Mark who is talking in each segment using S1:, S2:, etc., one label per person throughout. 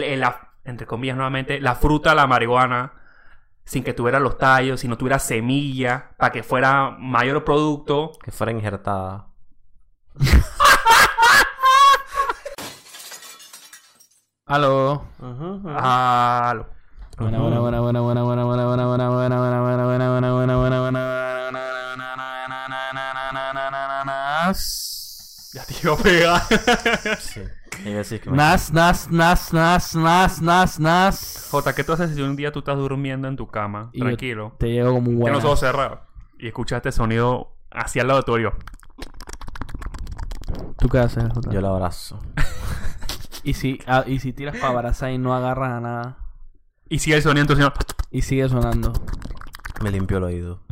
S1: la, entre comillas nuevamente, la fruta, la marihuana, sin que tuviera los tallos, si no tuviera semilla, para que fuera mayor producto.
S2: Que fuera injertada.
S3: Aló.
S1: Ah, lo-
S3: Buena, buena, buena, buena, buena, buena, buena, buena, buena, buena, buena, buena, buena, buena, buena, buena, buena, buena, buena, buena, buena, buena, nas.
S1: Ya te iba a pegar.
S2: Sí. Y decís que me-
S3: Nas, nas, nas, nas, nas, nas, nas.
S1: Jota, ¿qué tú haces si un día tú estás durmiendo en tu cama,
S3: Y yo
S1: tranquilo,
S3: Te llego como un
S1: con
S3: buena.
S1: los ojos cerrados, y escuchas este sonido hacia el laboratorio?
S3: ¿Tú qué haces, Jota?
S2: Yo la abrazo.
S3: Y si, ah, y si tiras para abrazar y no agarras a nada.
S1: Y sigue el sonido, entonces...
S3: Y sigue sonando.
S2: Me limpio el oído.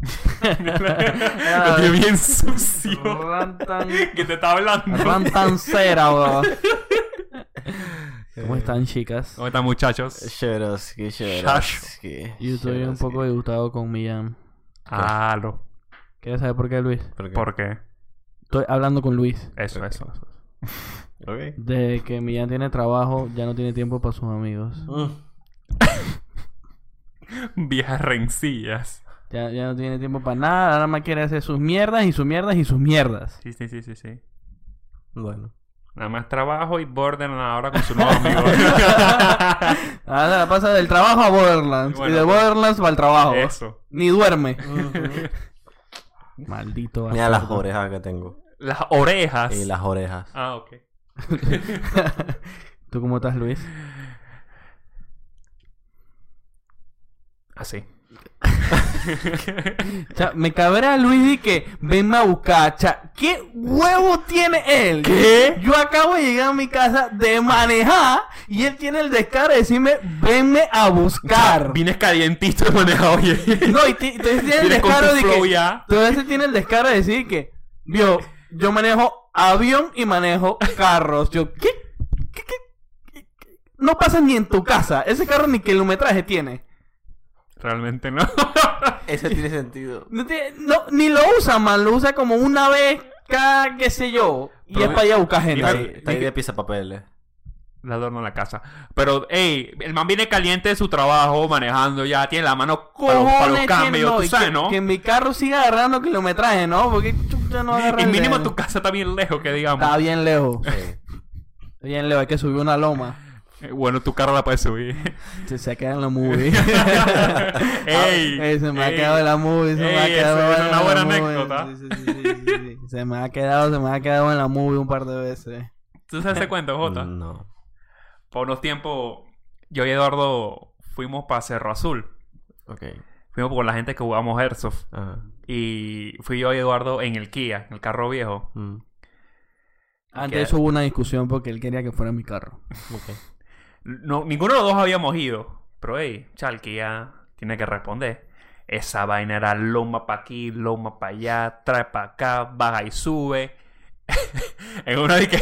S1: Lo tiene bien sucio. que te está hablando.
S3: Rantancera, bro. ¿Cómo están, chicas?
S1: ¿Cómo están, muchachos?
S2: Cheveroski,
S1: Cheveroski,
S3: Yo estoy un poco disgustado con mi jam.
S1: Ah, lo.
S3: ¿Quieres saber por qué, Luis?
S1: ¿Por qué?
S3: Estoy hablando con Luis.
S1: Eso, eso.
S2: Ok.
S3: Desde que mi jam tiene trabajo, ya no tiene tiempo para sus amigos.
S2: Mm.
S1: Viejas rencillas.
S3: Ya, ya no tiene tiempo para nada. Nada más quiere hacer sus mierdas y sus mierdas y sus mierdas.
S1: Sí, sí, sí, sí, sí.
S2: Bueno.
S1: Nada más trabajo y Borden ahora con su nuevo amigo.
S3: Ah, Ahora la pasa del trabajo a Borderlands.
S1: Bueno, eh.
S3: y de
S1: pues.
S3: Borderlands para el trabajo.
S1: Eso.
S3: Ni duerme.
S2: Mm.
S3: Maldito.
S2: Mira
S3: bastardo.
S2: las orejas que tengo.
S1: Las orejas.
S2: Y las orejas.
S1: Ah, ok.
S3: ¿Tú cómo estás, Luis?
S1: Así.
S3: O sea, me cabrea Luis y que venme a buscar. O sea, ¿qué huevo tiene él?
S1: ¿Qué?
S3: Yo acabo de llegar a mi casa de manejar y él tiene el descaro de decirme, venme a buscar.
S1: Vienes calientito de manejado oye.
S3: no, y ti- entonces tiene el
S1: Vienes con
S3: descaro
S1: tu
S3: de
S1: flow
S3: que.
S1: ya.
S3: Entonces tiene el descaro de decir que, vio, yo manejo avión y manejo carros. Yo, ¿qué? ¿Qué? ¿Qué? ¿Qué? ¿Qué? No pasa ni en tu casa. Ese carro ni kilometraje tiene.
S1: Realmente no.
S2: Ese tiene sentido.
S3: No tiene- no, ni lo usa, man. Lo usa como una vez cada qué sé yo. Y
S1: Pero-
S3: es para ir a buscar
S2: Está ahí,
S3: gente.
S2: está ahí de eh. pisa papeles.
S1: Le adorno la casa. Pero, ey, el man viene caliente de su trabajo, manejando ya, tiene la mano para los, para los
S3: Cojones,
S1: cambios,
S3: que no,
S1: tú
S3: y
S1: sabes,
S3: que-
S1: ¿no?
S3: Que mi carro siga agarrando kilometraje, ¿no? Porque chucha no agarra
S1: y
S3: el Ah.
S1: mínimo
S3: de-
S1: tu casa está bien lejos, que digamos.
S3: Está bien lejos.
S2: Sí.
S3: Está bien lejos. Hay que subir una loma.
S1: Eh, Bueno, tu carro la puedes subir.
S3: Se, se queda en la movie. Ah,
S1: ¡Ey!
S3: Ey, se me ha
S1: ey.
S3: quedado en la movie. Se me ha
S1: Ey,
S3: quedado
S1: eso es
S3: en
S1: una
S3: la
S1: buena
S3: movie.
S1: anécdota.
S3: Sí, sí, sí, sí, sí, sí. Se me ha quedado, se me ha quedado en la movie un par de veces.
S1: ¿Tú sabes ese cuento, Jota?
S2: No.
S1: Por unos tiempos, yo y Eduardo fuimos para Cerro Azul.
S2: Ok.
S1: Fuimos con la gente que jugamos Airsoft.
S2: Ajá.
S1: Y fui yo y Eduardo en el Kia, en el carro viejo.
S2: Mm.
S3: Antes
S1: Que-
S3: eso hubo una discusión porque él quería que fuera mi carro.
S2: Ok.
S1: No, ninguno de los dos habíamos ido. Pero, hey, chal, Kia tiene que responder. Esa vaina era loma para aquí, loma para allá, trae para acá, baja y sube. en una de que.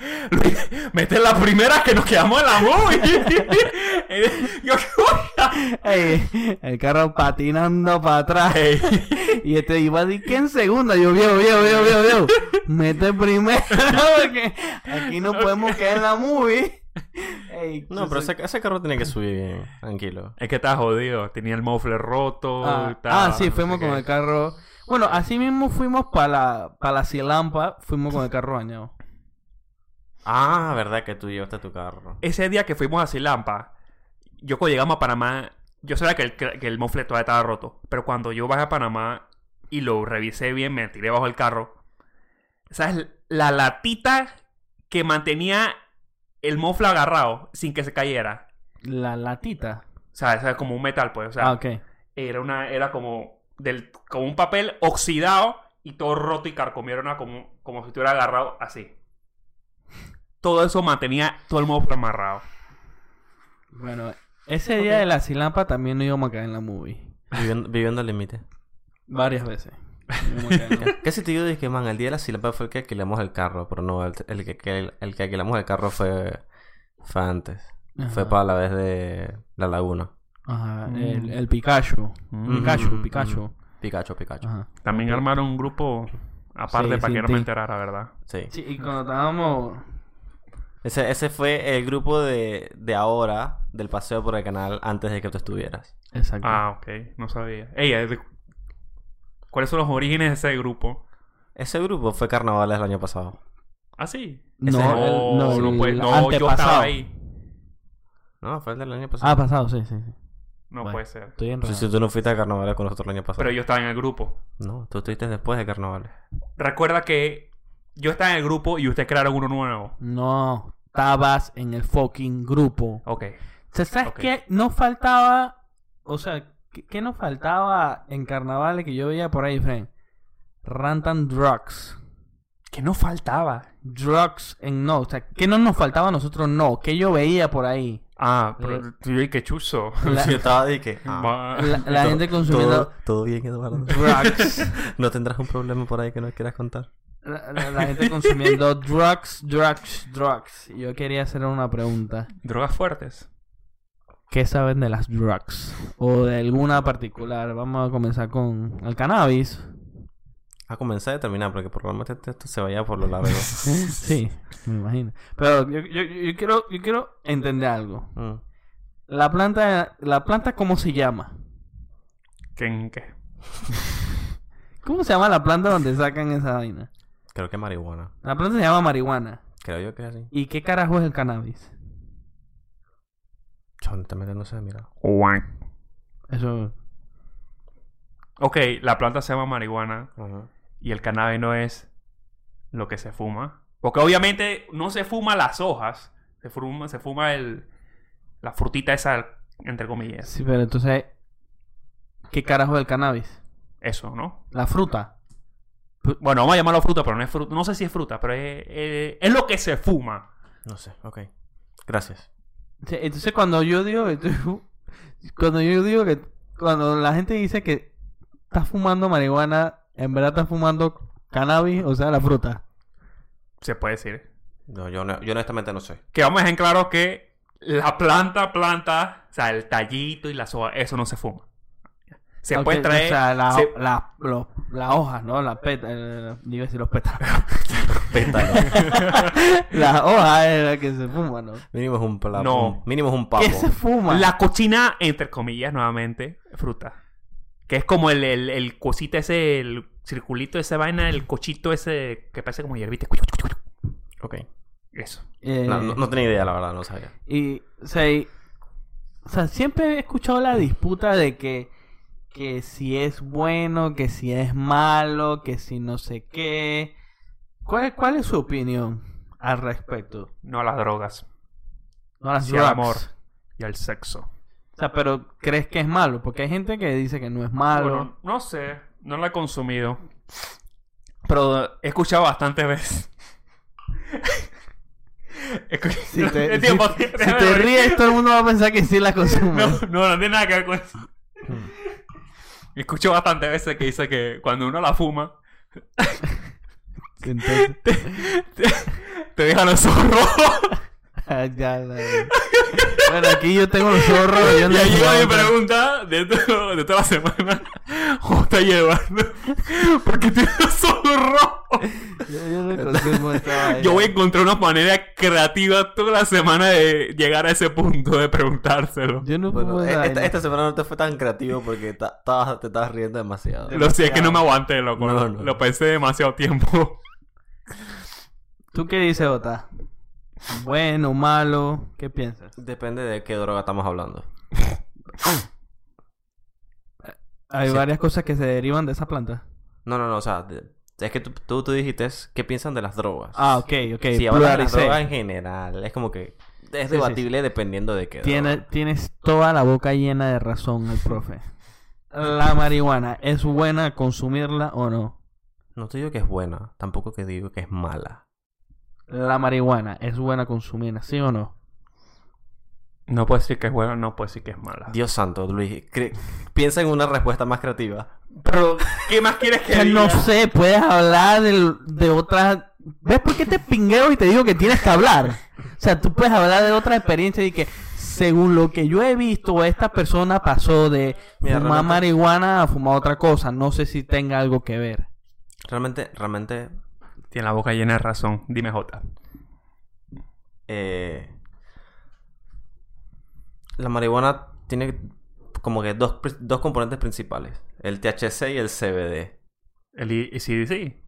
S1: Luis, mete la primera que nos quedamos en la movie. yo,
S3: Ey, el carro patinando para atrás.
S1: Ey.
S3: Y este iba a decir que en segunda. Yo, viejo, viejo, viejo, viejo, viejo. Mete primero porque aquí no podemos quedar en la movie. Ey,
S2: No,
S3: tú
S2: pero
S3: se-
S2: ese, ese carro tiene que subir bien. Tranquilo.
S1: Es que estaba jodido. Tenía el muffler roto.
S3: Ah,
S1: estaba-
S3: ah, sí, fuimos
S1: no sé
S3: con el
S1: qué.
S3: carro. Bueno, así mismo fuimos para la, pa' la Silampa. Fuimos con el carro bañado.
S2: Ah, verdad que tú llevaste tu carro.
S1: Ese día que fuimos a Silampa, yo cuando llegamos a Panamá, yo sabía que el, que el muffler todavía estaba roto. Pero cuando yo bajé a Panamá y lo revisé bien, me tiré bajo el carro. ¿Sabes? La latita que mantenía el mofle agarrado sin que se cayera.
S3: La latita.
S1: O sea, eso es como un metal, pues. O sea,
S3: ah, ok.
S1: era una era como del como un papel oxidado y todo roto y carcomido era como como si estuviera agarrado así todo eso mantenía todo el mundo amarrado
S3: Bueno, ese día de la Silampa también no íbamos a caer en la movie.
S2: Viviendo, viviendo al límite.
S3: Varias veces. No íbamos a caer en la-
S2: Casi te digo, dije, man, el día de la sílaba fue el que alquilamos el carro, pero no, el, el que, que- el, que alquilamos el carro fue, fue antes. Fue
S3: Ajá.
S2: para la vez de la laguna.
S3: Ajá,
S1: Mm.
S3: el, el Pikachu.
S1: Mm.
S3: Pikachu,
S2: Mm,
S3: Pikachu.
S2: Pikachu, Pikachu.
S3: Ajá.
S1: también armaron un grupo aparte
S3: Sí,
S1: para
S3: sin
S1: que no
S3: ti.
S1: me enterara verdad
S2: Sí.
S3: Sí, y cuando estábamos.
S2: Ese, ese fue el grupo de, de ahora del paseo por el canal antes de que tú estuvieras.
S3: Exacto.
S1: Ah, ok. No sabía. Ey, eh, ¿de- ¿cuáles son los orígenes de ese grupo?
S2: Ese grupo fue carnavales el año pasado.
S1: Ah, sí.
S3: no,
S2: ese-
S3: el- no,
S1: no,
S3: el
S1: puede- no, yo
S3: antepasado.
S1: estaba ahí.
S2: No, fue el del año pasado.
S3: Ah, pasado, sí, sí. sí.
S1: No
S3: Bueno.
S1: puede ser.
S3: Estoy en
S2: Entonces, si tú no fuiste a carnavales con nosotros el año pasado.
S1: Pero yo estaba en el grupo.
S2: No, tú estuviste después de carnavales.
S1: Recuerda que yo estaba en el grupo y ustedes crearon uno nuevo.
S3: No, estabas en el fucking grupo.
S1: Ok.
S3: O sea, ¿sabes
S1: Ok.
S3: qué? No faltaba. O sea, ¿qué, qué no faltaba en carnavales que yo veía por ahí, Fren? Rantan drugs.
S1: Que no faltaba.
S3: Drugs en no. O sea, ¿qué no nos faltaba a nosotros? No. ¿Qué yo veía por ahí?
S1: Ah,
S3: Eh.
S1: pero que qué chuzo.
S3: La,
S2: Yo estaba de que. ah,
S1: Va-
S3: la- la
S2: todo-
S3: gente consumiendo
S2: Todo, todo bien, Eduardo.
S3: drugs.
S2: No tendrás un problema por ahí que no quieras contar.
S3: La, la- la gente consumiendo drugs, drugs, drugs. Y Yo quería hacer una pregunta.
S1: Drogas fuertes.
S3: ¿Qué saben de las drugs? O de alguna particular. Vamos a comenzar con el cannabis.
S2: A comenzar y terminar, porque probablemente este- esto se vaya por lo largo.
S3: Sí, me imagino. Pero yo, yo- yo quiero, yo quiero entender algo.
S2: Mm.
S3: La planta, la planta, ¿cómo se llama?
S1: ¿Quién qué?
S3: ¿Cómo se llama la planta donde sacan esa vaina?
S2: Creo que marihuana.
S3: La planta se llama marihuana.
S2: Creo yo que es así.
S3: ¿Y qué carajo es el cannabis?
S2: Chon, te metes, no sé, mira.
S3: Eso.
S1: Ok, la planta se llama marihuana
S2: Ajá.
S1: y el cannabis no es lo que se fuma. Porque obviamente no se fuma las hojas, se fuma, se fuma el, la frutita esa, entre comillas.
S3: Sí, pero entonces, ¿qué carajo es el cannabis?
S1: Eso, ¿no?
S3: La fruta.
S1: Bueno, vamos a llamarlo fruta, pero no es fruta. No sé si es fruta, pero es, es- es lo que se fuma.
S2: No sé, ok. Gracias.
S3: Sí, Entonces, cuando yo digo que tú- cuando yo digo que cuando la gente dice que estás fumando marihuana, en verdad estás fumando cannabis, o sea, la fruta.
S1: Se puede decir.
S2: No, yo, no- yo honestamente no sé.
S1: Que vamos a dejar claro que la planta, planta, o sea, el tallito y las hojas, eso no se fuma. Se
S3: Ok,
S1: puede traer.
S3: O sea, la,
S1: se-
S3: la- los- las hojas, ¿no? Las peta, eh, iba a decir los pétalos.
S2: Pétalo.
S3: las hojas es la que se fuma, ¿no?
S2: mínimo es un pla-
S1: No.
S2: un- Mínimo es un
S3: ¿Qué
S2: papo.
S3: se fuma?
S1: La cochina, entre comillas, nuevamente, fruta. Que es como el, el, el cosita ese, el circulito, esa vaina, el cochito ese que parece como hierbita.
S2: Ok.
S1: Eso.
S3: Eh,
S2: No, no- no tenía idea, la verdad, no sabía.
S3: Y, o sea, y- o sea, siempre he escuchado la disputa de que, que si es bueno, que si es malo, que si no sé qué. ¿Cuál, cuál es su opinión al respecto?
S1: No a las drogas
S3: No las
S1: Sí, al
S3: drugs.
S1: amor. y al sexo.
S3: O sea, pero ¿crees que es malo? Porque hay gente que dice que no es malo.
S1: Bueno, no sé, no la he consumido. Pero he escuchado bastantes veces. Escu-
S3: Si te,
S1: El
S3: si-
S1: tiempo-
S3: si te ríes, todo el mundo va a pensar que sí la consume.
S1: No, no, no tiene nada que ver con eso.
S3: Hmm.
S1: Escucho bastantes veces que dice que cuando uno la fuma,
S3: Entonces,
S1: te deja los ojos rojos.
S3: ah, ya la- Bueno, aquí yo tengo los zorros. Yo
S1: Y
S3: no
S1: ahí va mi
S3: no-
S1: pregunta de, to- de toda la semana. ¿Cómo está llevando? Porque tiene los ojos rojos.
S3: Yo, yo no consumo esta vaina.
S1: Yo voy a encontrar una manera creativa toda la semana de llegar a ese punto de preguntárselo.
S3: Yo no
S2: Bueno,
S3: fumo
S2: e-
S3: esa
S2: esta,
S3: vaina.
S2: esta semana no te fue tan creativo porque ta- estabas- te estabas riendo demasiado.
S1: Lo sé, es que no me aguanté, loco.
S2: No, no.
S1: Lo pensé demasiado tiempo.
S3: ¿Tú qué dices, Ota? Bueno, malo, ¿qué piensas?
S2: Depende de qué droga estamos hablando.
S3: Hay
S2: Sí.
S3: varias cosas que se derivan de esa planta.
S2: No, no, no, o sea, de- es que tú, tú, tú dijiste qué piensan de las drogas.
S3: Ah, ok, ok.
S2: Si hablan de las
S3: pluralice.
S2: drogas en general, es como que es
S3: sí.
S2: debatible dependiendo de qué.
S3: Tiene-
S2: droga.
S3: tienes toda la boca llena de razón, el profe. La marihuana, ¿es buena consumirla o no?
S2: No te digo que es buena, tampoco que digo que es mala.
S3: La marihuana, ¿es buena consumirla, sí o no?
S1: No puedo decir que es buena, no puedo decir que es mala.
S2: Dios santo, Luis, cre- piensa en una respuesta más creativa.
S1: Pero, ¿qué más quieres
S3: O sea,
S1: que
S3: no
S1: diga?
S3: sé, puedes hablar del- de, otras... ¿Ves por qué te pingueo y te digo que tienes que hablar? O sea, tú puedes hablar de otra experiencia y que según lo que yo he visto, esta persona pasó de
S2: Mira,
S3: fumar
S2: realmente-
S3: marihuana a fumar otra cosa. No sé si tenga algo que ver.
S2: Realmente, realmente,
S1: Tiene la boca llena de razón. Dime, Jota.
S2: eh, la marihuana tiene como que dos, pri- dos componentes principales, el THC y el CBD.
S1: El I- ICDC.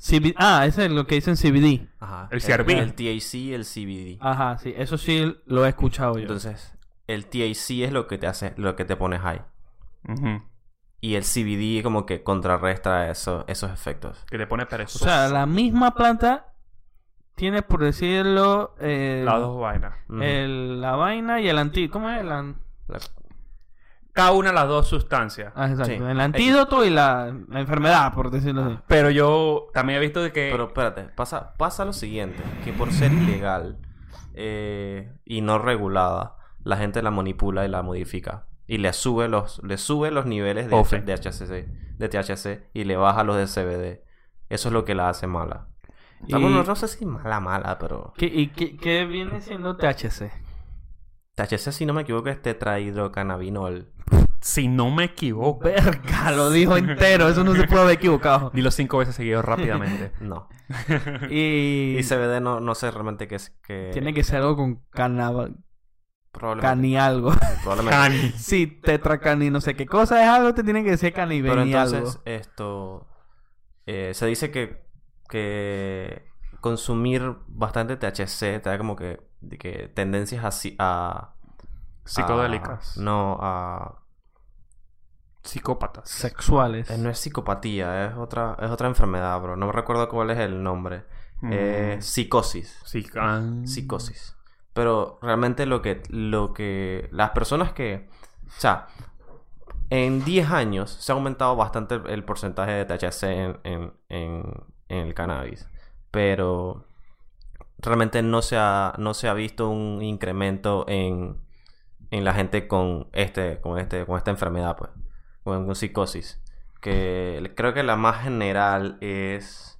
S3: CB Ah, ese es lo que dicen CBD.
S2: Ajá.
S1: El CRB.
S2: El, THC y el CBD.
S3: Ajá, sí, eso sí lo he escuchado yo.
S2: Entonces, el THC es lo que te hace, lo que te pones high.
S1: Ujú.
S2: Y el CBD como que contrarresta eso, esos efectos.
S1: Que te pone
S3: o
S1: perezoso.
S3: sea, la misma planta tiene, por decirlo, eh,
S1: Las dos vainas.
S2: Ujú.
S3: el- la vaina y el antídoto. ¿Cómo es? El an-
S2: La-
S3: eh.
S1: Cada una de las dos sustancias.
S3: ah, exacto,
S2: Sí.
S3: El antídoto y la, la enfermedad, por decirlo así.
S1: Pero yo también he visto de que...
S2: Pero espérate, pasa, pasa lo siguiente, que por ser ilegal eh, y no regulada, la gente la manipula y la modifica. Y le sube los, le sube los niveles de,
S1: Ofe.
S2: de HCC, de THC y le baja los de CBD. Eso es lo que la hace mala.
S3: Y-
S2: Ah, bueno, no sé si mala, mala, pero...
S3: ¿Qué, ¿Y qué, qué viene siendo THC?
S2: THC, si no me equivoco, es tetrahidrocannabinol.
S1: Si no me equivoco...
S3: Verga, Ah, lo dijo entero, eso no se puede haber equivocado.
S1: Dilo cinco veces seguido rápidamente.
S2: No.
S3: Y,
S2: Y CBD no, no sé realmente qué es que...
S3: tiene que ser algo con cannabis,
S2: Probablemente.
S3: cani algo.
S2: probablemente.
S1: Cani.
S3: Sí, tetracani, no sé qué cosa es algo, te tiene que decir canibel
S2: Pero
S3: y
S2: entonces,
S3: algo.
S2: esto. eh, se dice que, que consumir bastante THC te da como que, de que tendencias así a.
S1: Psicodélicas.
S2: a- no, a.
S1: Psicópatas.
S3: Sexuales.
S2: eh, no es psicopatía, es otra, es otra enfermedad, bro. No me recuerdo cuál es el nombre.
S1: Mm.
S2: Eh, psicosis.
S1: Psic- ah.
S2: Psicosis. Pero realmente lo que, lo que. Las personas que. O sea, en 10 años se ha aumentado bastante el, el porcentaje de THC en, en- en- en el cannabis. Pero realmente no se ha, no se ha visto un incremento en, en la gente con este, con este, con esta enfermedad, pues. Con, con psicosis. Que creo que la más general es.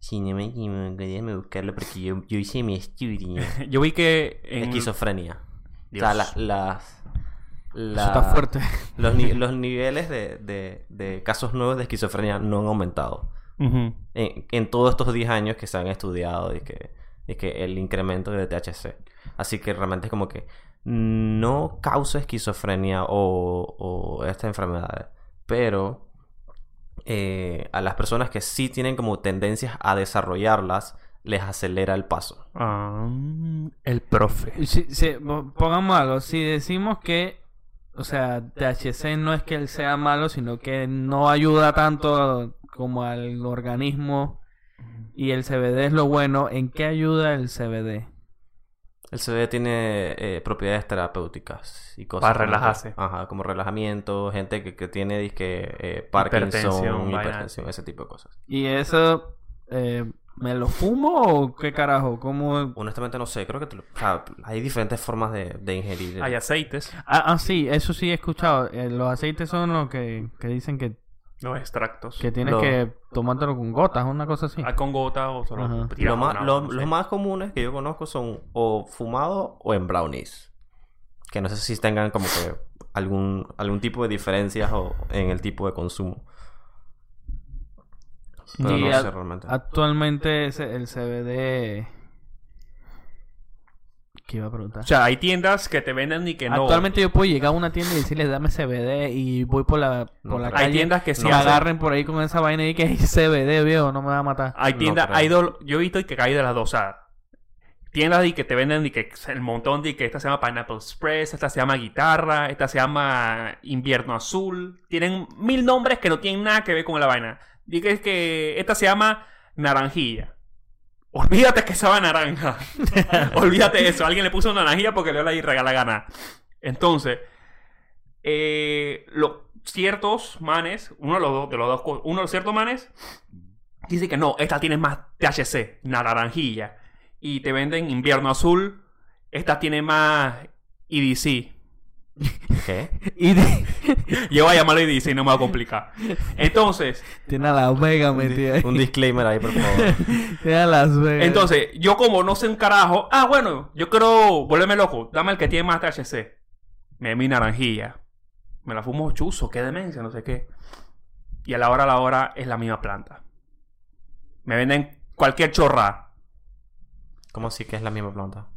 S2: Si no me equivoco, déjame buscarlo porque yo, yo hice mi estudio.
S1: Yo vi que... En...
S2: Esquizofrenia.
S1: Dios.
S2: O sea, la- las. la-
S3: Eso está fuerte.
S2: Los, ni- los niveles de, de- de casos nuevos de esquizofrenia no han aumentado.
S1: Ujú.
S2: En, en todos estos 10 años que se han estudiado y que, y que el incremento de THC. Así que realmente es como que no causa esquizofrenia o, o estas enfermedades. Pero eh, a las personas que sí tienen como tendencias a desarrollarlas, les acelera el paso.
S1: Ah, el profe.
S3: Si- si- po- pongamos algo, si decimos que, o sea, THC no es que él sea malo, sino que no ayuda tanto como al organismo y el CBD es lo bueno, ¿en qué ayuda el CBD?
S2: El CBD tiene eh, propiedades terapéuticas y cosas.
S1: Para
S2: como-
S1: relajarse.
S2: ajá, como relajamiento, gente que, que tiene disque, eh, Parkinson,
S1: Hipertensión,
S2: hipertensión,
S1: vaina
S2: ese tipo de cosas.
S3: ¿Y eso eh, me lo fumo o qué carajo? ¿Cómo,
S2: Honestamente no sé, creo que te lo- o sea, hay diferentes formas de, de ingerir.
S1: Hay aceites.
S3: Ah, ah, sí, eso sí he escuchado. Eh, los aceites son los que, que dicen que,
S1: Los extractos.
S3: que tienes
S2: Lo-
S3: que tomártelo con gotas, una cosa así.
S1: Ah, con gota o solo.
S3: Ajá.
S2: Lo
S1: tirado,
S2: más,
S1: no,
S2: lo-
S1: no sé.
S2: Los más comunes que yo conozco son o fumado o en brownies. Que no sé si tengan como que algún, algún tipo de diferencias o en el tipo de consumo. Pero
S3: Y
S2: no
S3: a-
S2: sé realmente.
S1: Ah,
S3: Actualmente es el CBD... ¿Qué iba a preguntar?
S1: O sea, hay tiendas que te venden y que no.
S3: Actualmente yo puedo llegar a una tienda y decirle dame CBD y voy por la,
S2: No,
S3: por la
S2: pero-
S1: hay
S3: calle.
S1: tiendas que sí
S3: se
S1: hacen-
S3: agarren por ahí con esa vaina y que "Ey, CBD, viejo, no me va a matar.
S1: Hay
S2: No
S1: tiendas,
S2: creo.
S1: hay dos, yo he visto que hay de las dos, o sea, tiendas y que te venden y que el montón de que esta se llama Pineapple Express, esta se llama guitarra, esta se llama invierno azul, tienen mil nombres que no tienen nada que ver con la vaina. Y que es que esta se llama naranjilla. Olvídate que estaba naranja. Olvídate eso. Alguien le puso naranjilla porque le dio la regala gana. Entonces, eh, lo- ciertos manes, uno de los dos, de los dos, co- uno de los ciertos manes dice que no, esta tiene más THC, naranjilla. Y te venden invierno azul, esta tiene más EDC.
S2: ¿Qué?
S3: Y de-
S1: Yo voy a llamarlo EDC, no me va a complicar. Entonces,
S3: tiene a Las Vegas
S2: Un, di-
S3: metida ahí.
S2: un disclaimer ahí, por favor.
S3: Tiene a Las Vegas.
S1: entonces, yo como no sé un carajo, ah, bueno, yo quiero volverme loco, dame el que tiene más THC. Me mi naranjilla. Me la fumo chuzo, qué demencia, no sé qué. Y a la hora a la hora es la misma planta. Me venden cualquier chorra.
S2: ¿Cómo así que es la misma planta?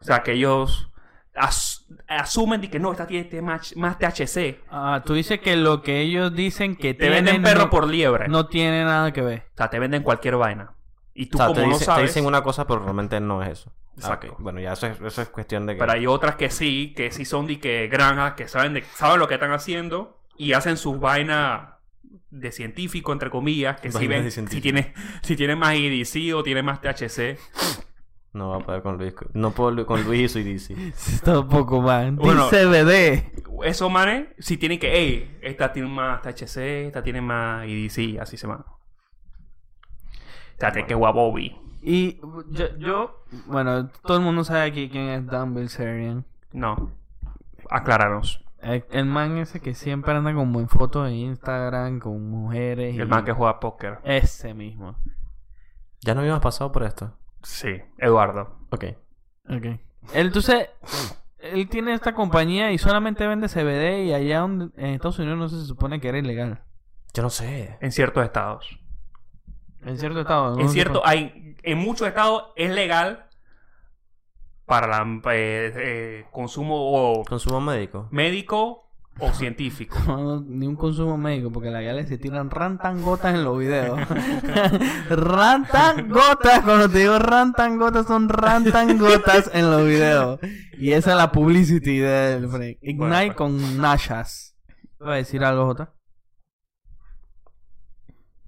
S1: O sea, que ellos as- asumen de que no, esta tiene este más, más THC.
S3: Ah, tú dices que lo que ellos dicen que
S1: Te venden
S3: tienen
S1: perro
S3: no,
S1: por liebre.
S3: no tiene nada que ver.
S1: O sea, te venden cualquier vaina. Y tú
S2: o sea,
S1: como
S2: te,
S1: no
S2: dicen- te
S1: sabes...
S2: dicen una cosa, pero realmente no es eso. Ah,
S1: Exacto.
S2: ok. Bueno, ya eso es, eso es cuestión de que...
S1: Pero hay otras que sí, que sí son de que granjas, que saben, de, saben lo que están haciendo y hacen sus vainas de científico, entre comillas, que sí
S2: Vainas de
S1: ven si
S2: científico.
S1: tiene, si tiene más IDC o tiene más THC.
S2: No va a poder con Luis. No puedo lu- con Luis y su DC.
S3: Está un poco mal.
S1: Bueno.
S3: Dice BD.
S1: Esos manes sí tienen que, hey, esta tiene más THC, esta tiene más IDC, así se llama. Tate que guabobi.
S3: Y yo, yo- bueno, todo el mundo sabe aquí quién es Dan Bilzerian.
S1: No. Acláranos.
S3: El, Eh, el man ese que siempre anda con buen fotos en Instagram, con mujeres. y-
S1: El man que juega póker.
S3: Ese mismo.
S2: Ya no habíamos pasado por esto.
S1: Sí, Eduardo.
S2: Ok.
S3: Ok. Él, entonces, él tiene esta compañía y solamente vende CBD y allá donde- en Estados Unidos no se supone que era ilegal.
S2: Yo no sé.
S1: En ciertos estados.
S3: En cierto estado. ¿no?
S1: En cierto, hay, en muchos estados es legal para la, eh, eh, consumo o
S2: Consumo médico.
S1: médico o científico.
S3: No, ni un consumo médico, porque las gales se tiran rantan gotas en los videos. rantan gotas, cuando te digo rantan gotas, son rantan gotas en los videos. Y esa es la publicity del Frank. Ignite
S1: Bueno, pues.
S3: con Nashas. Voy a decir algo, Jota.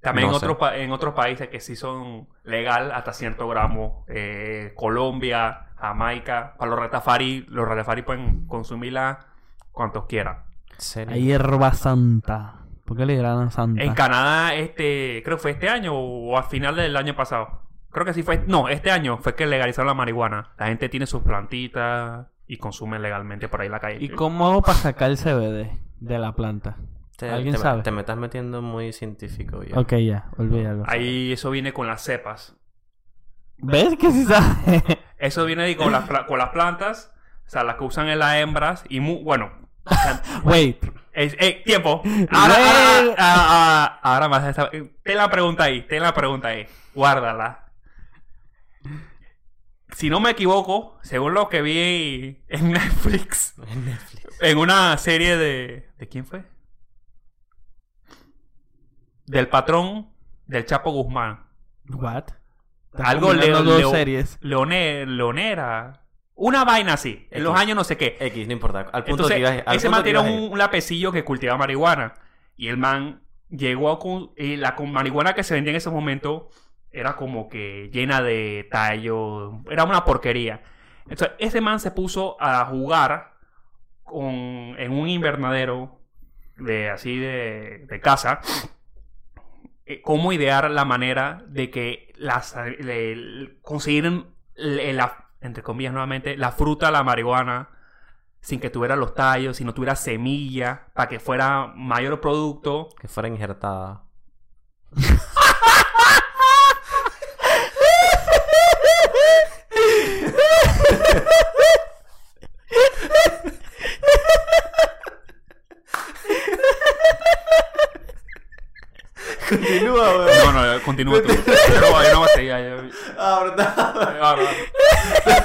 S1: También
S2: No
S1: en,
S2: sé.
S1: otros pa- en otros países que sí son legal hasta cierto gramo. eh, Colombia, Jamaica. Para los ratafari, los ratafari pueden consumirla cuantos quieran.
S2: ¿En serio?
S3: La hierba santa. ¿Por qué le dirán santa?
S1: En Canadá, este, creo que fue este año o al final del año pasado. Creo que sí fue. No, este año fue que legalizaron la marihuana. La gente tiene sus plantitas y consume legalmente por ahí en la calle.
S3: ¿Y cómo hago para sacar el CBD de la planta?
S2: Te-
S3: ¿Alguien
S2: te, me-
S3: sabe?
S2: Te me estás metiendo muy científico ya.
S3: Ok, ya, olvídalo.
S1: Ahí eso viene con las cepas.
S3: ¿Ves que sí sabe?
S1: Eso viene de- con las, pla- con las plantas, o sea, las que usan en las hembras y mu- bueno. o sea,
S3: Wait,
S1: es- eh, tiempo. Ahora, ahora-
S3: Well.
S1: ah, ah, ah, ahora más. esta- Ten la pregunta ahí, ten la pregunta ahí. Guárdala. Si no me equivoco, según lo que vi en Netflix,
S2: En Netflix.
S1: en una serie de. ¿De quién fue? Del patrón del Chapo Guzmán.
S3: what?
S1: Algo
S3: leo
S1: leo-
S3: dos
S1: leo-
S3: series.
S1: Leone- Leonera. Una vaina así. En los
S2: X.
S1: años no sé qué.
S2: X, no importa. Al punto
S1: Entonces,
S2: que ibas- al
S1: ese
S2: punto
S1: man
S2: que
S1: tenía
S2: ibas a ir.
S1: un, un lapecillo que cultivaba marihuana. Y el man llegó a... con- y la con marihuana que se vendía en ese momento era como que llena de tallo. Era una porquería. Entonces, ese man se puso a jugar con, en un invernadero de así de, de casa. eh, Cómo idear la manera de que las le- le- conseguir le- la, entre comillas nuevamente la fruta, la marihuana, sin que tuviera los tallos, si no tuviera semilla, para que fuera mayor producto.
S2: Que fuera injertada. Continúa, weón.
S1: No, no, continúa tú. Yo no voy, yo no voy a seguir. Yo,
S2: Ah, verdad.
S1: yo- yo-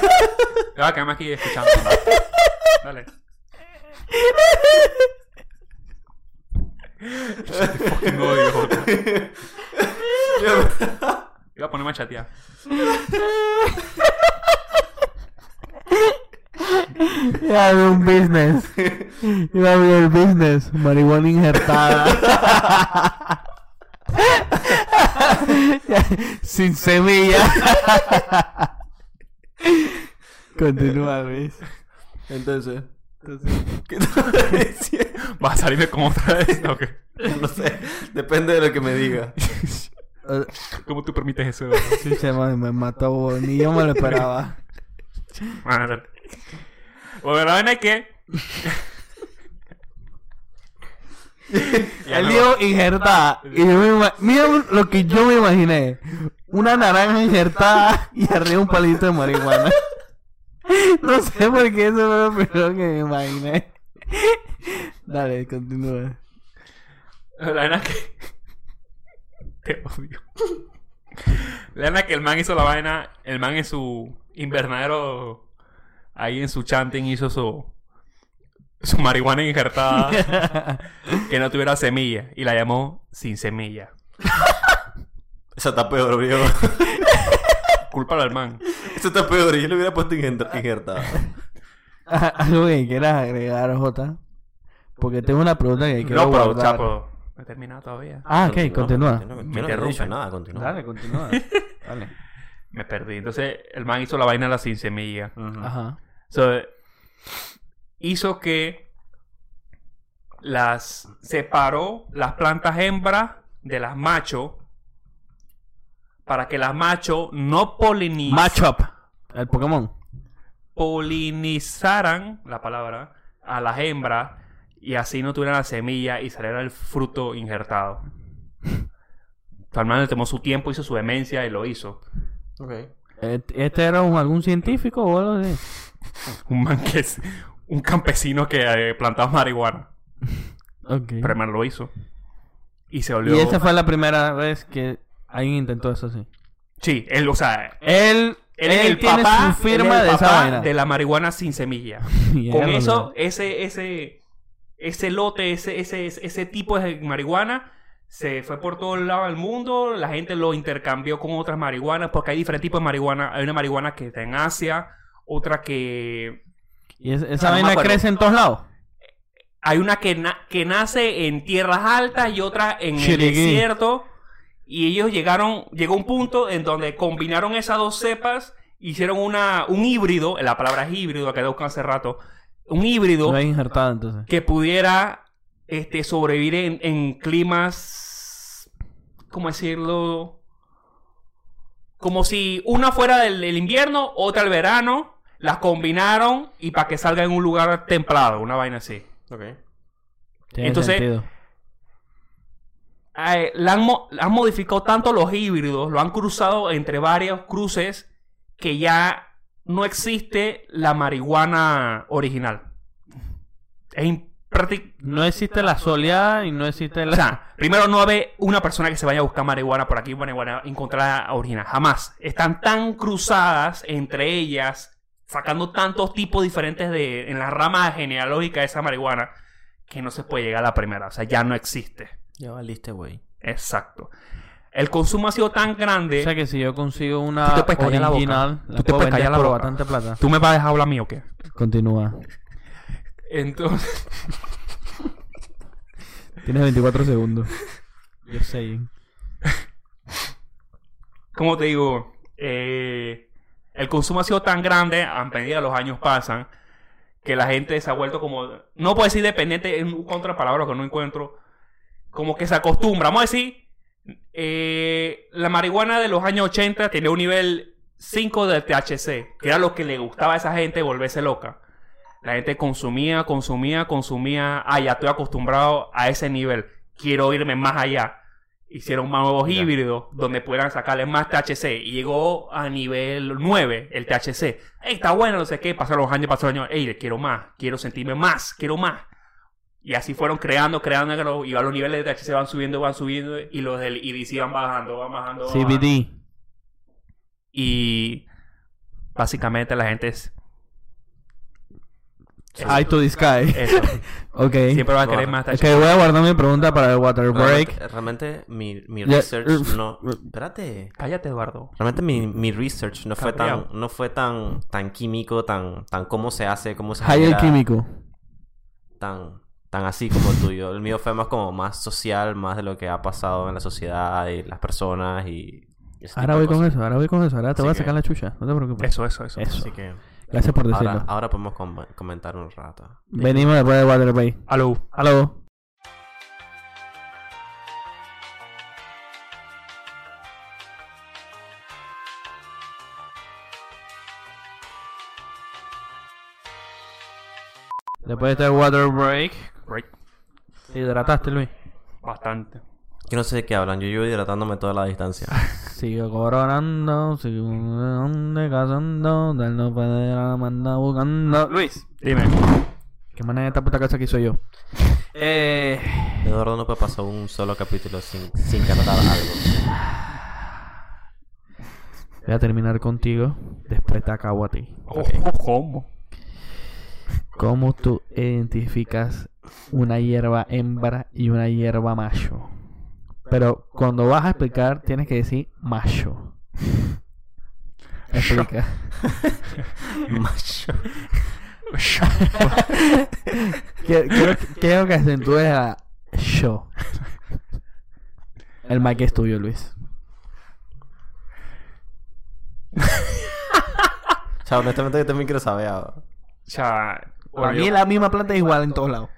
S1: yo- yo voy a quedarme aquí escuchando. Dale. Te fucking odio, Jota. Iba a ponerme a chatear.
S3: Ya abrió un business. Iba a abrir el business. Marihuana injertada. Sin semilla. Continúa, Luis.
S2: Entonces,
S3: Entonces,
S2: ¿qué estás diciendo?
S1: ¿Vas a salirme como otra vez? ¿O qué?
S2: No sé, depende de lo que me diga.
S3: eh,
S1: ¿Cómo tú permites eso?
S3: chucha, madre, me mató. Ni yo me lo esperaba.
S1: Madre. Ah, Bueno, la vaina es que... Ya
S3: Él
S1: no-
S3: dijo injertada. Y yo me ima- Mira lo que yo me imaginé. Una naranja injertada y arriba un palito de marihuana. No sé por qué eso fue lo primero que me imaginé. Dale, continúa.
S1: La vaina que. Te odio. La vaina que el man hizo la vaina. El man en su invernadero ahí en su chanting hizo su, su marihuana injertada que no tuviera semilla y la llamó sin semilla.
S2: Eso está peor, viejo.
S1: Cúlpalo al man.
S2: Eso está peor. Yo le hubiera puesto ingent- injertada.
S3: Algo que quieras agregar, Jota. Porque tengo una pregunta que quiero
S1: No, pero,
S3: guardar.
S1: chapo, no he terminado todavía.
S3: Ah, ok,
S2: Continúa,
S3: continúa.
S2: continúa.
S1: Me
S2: Yo no había dicho
S1: interrumpen.
S2: nada, continúa.
S3: Dale, continúa. Dale.
S1: Me perdí. Entonces, el man hizo la vaina de la sin semilla.
S2: Ujú.
S3: Ajá.
S1: So, hizo que las separó las plantas hembras de las machos para que las machos no poliniz-
S3: Matchup. El Pokémon.
S1: polinizaran la palabra a las hembras y así no tuvieran la semilla y saliera el fruto injertado. Salman le tomó su tiempo, hizo su demencia y lo hizo.
S3: Eh, ¿Este era un- algún científico o algo así?
S1: Un man que es- un campesino que eh, plantaba marihuana.
S3: Ok.
S1: Pero el man lo hizo. Y se volvió.
S3: Y esa fue la primera vez que alguien intentó eso, sí.
S1: Sí, él, o sea,
S3: Él,
S1: él,
S3: él,
S1: es el
S3: tiene
S1: papá,
S3: su firma
S1: él es
S3: de
S1: el
S3: esa
S1: papá
S3: vaina. pues,
S1: de la marihuana sin semilla. Con
S3: Mierda.
S1: eso, ese, ese, ese lote, ese, ese, ese tipo de marihuana se fue por todo el lado del mundo. La gente lo intercambió con otras marihuanas porque hay diferentes tipos de marihuana. Hay una marihuana que está en Asia, otra que
S3: ¿Y es-
S1: Ah,
S3: esa
S1: no me
S3: vaina
S1: acuerdo.
S3: crece en todos lados?
S1: Hay una que, na- que nace en tierras altas y otra en el
S3: Chiriquí.
S1: desierto. Y ellos llegaron, llegó un punto en donde combinaron esas dos cepas, hicieron una, un híbrido, la palabra es híbrido, que la buscan hace rato, un híbrido
S3: No es injertada, entonces.
S1: que pudiera este, sobrevivir en, en climas, ¿cómo decirlo? Como si una fuera del, del invierno, otra el verano, las combinaron y para que salga en un lugar templado, una vaina así.
S2: Ok.
S3: Tiene
S1: Entonces-
S3: sentido.
S1: Eh, la han, mo- la han modificado tanto los híbridos, lo han cruzado entre varios cruces que ya no existe la marihuana original. Es impracticable.
S3: No existe la soleada y no existe la...
S1: O sea, primero no ve una persona que se vaya a buscar marihuana por aquí, marihuana, encontrar original. Jamás. Están tan cruzadas entre ellas, sacando tantos tipos diferentes de, en la rama genealógica de esa marihuana, que no se puede llegar a la primera. O sea, ya no existe.
S2: Ya valiste, güey.
S1: Exacto. El consumo ha sido tan grande.
S3: O sea que si yo consigo
S1: Tú
S3: una
S1: te puedes callar la boca.
S3: original,
S1: Tú te
S3: la puedo
S1: puedes
S3: vender
S1: callar la
S3: por
S1: boca.
S3: bastante plata.
S1: ¿Tú me vas a dejar hablar a mí o qué?
S3: Continúa.
S1: Entonces,
S3: Tienes 24 segundos. Yo sé.
S1: como te digo, Eh, el consumo ha sido tan grande a medida que los años pasan que la gente se ha vuelto como, no puedo decir dependiente, es un contrapalabra que no encuentro, como que se acostumbra. Vamos a decir, eh, la marihuana de los años 80 tenía un nivel 5 de THC, que era lo que le gustaba a esa gente volverse loca. La gente consumía, consumía, consumía. Ah, ya estoy acostumbrado a ese nivel. Quiero irme más allá. Hicieron más nuevos
S2: Ya.
S1: híbridos donde pudieran sacarle más THC. Y llegó a nivel 9 el THC. Ey, está bueno, no sé qué. Pasaron los años, pasaron los años. Ey, le quiero más. Quiero sentirme más. Quiero más. Y así fueron creando, creando. creando, Y a los niveles de THC van subiendo, van subiendo. Y los del EDC van bajando, van bajando. van bajando.
S3: CBD.
S1: Y básicamente la gente es
S3: High to the sky.
S1: eso.
S3: Ok.
S1: Siempre va a querer
S2: Claro.
S1: más
S3: Ok,
S1: THC.
S3: voy a guardar mi pregunta para el water break.
S2: Realmente, realmente mi, mi
S3: Ya, uh,
S2: research
S3: uf,
S2: no... Espérate.
S1: Cállate, Eduardo.
S2: Realmente mi, mi research no fue tan
S1: Cabreado.
S2: no fue tan tan químico, tan tan cómo se hace, cómo se
S3: High el
S2: genera,
S3: químico.
S2: tan tan así como el tuyo. El mío fue más como más social, más de lo que ha pasado en la sociedad y las personas y ese
S3: Ahora
S2: tipo de
S3: voy con
S2: cosas.
S3: eso, ahora voy con eso. Ahora
S2: Así
S3: te voy a
S2: que-
S3: sacar la chucha. No te preocupes.
S1: Eso, eso, eso.
S3: Eso.
S2: Así que
S3: Gracias por decirlo.
S2: ahora, ahora podemos com- comentar un rato.
S3: Venimos después de water break.
S1: Aló.
S3: Aló. Después de este water break,
S1: Break.
S3: ¿te hidrataste, Luis?
S1: Bastante.
S2: Yo no sé de qué hablan, yo llevo hidratándome toda la distancia.
S3: Sigo coronando, sigo de casando, del no poder manda buscando. Luis,
S1: Dime.
S3: ¿qué manera de esta puta casa que soy yo? Eh,
S2: Eduardo no puede pasar un solo capítulo sin, sin cantar algo.
S3: voy a terminar contigo, después te acabo a ti.
S2: Oh.
S1: Ojo, Oh, ¿Cómo?
S3: ¿Cómo tú identificas una hierba hembra y una hierba macho? Pero cuando vas a explicar, tienes que decir macho. Explica.
S2: Macho.
S3: Quiero, quiero- quiero que acentúes a yo. El mic es tuyo, Luis.
S2: O sea, honestamente yo también quiero saber. ah.
S1: O sea,
S3: Para
S1: bueno,
S3: mí
S1: yo,
S3: la misma planta es igual en todos lados.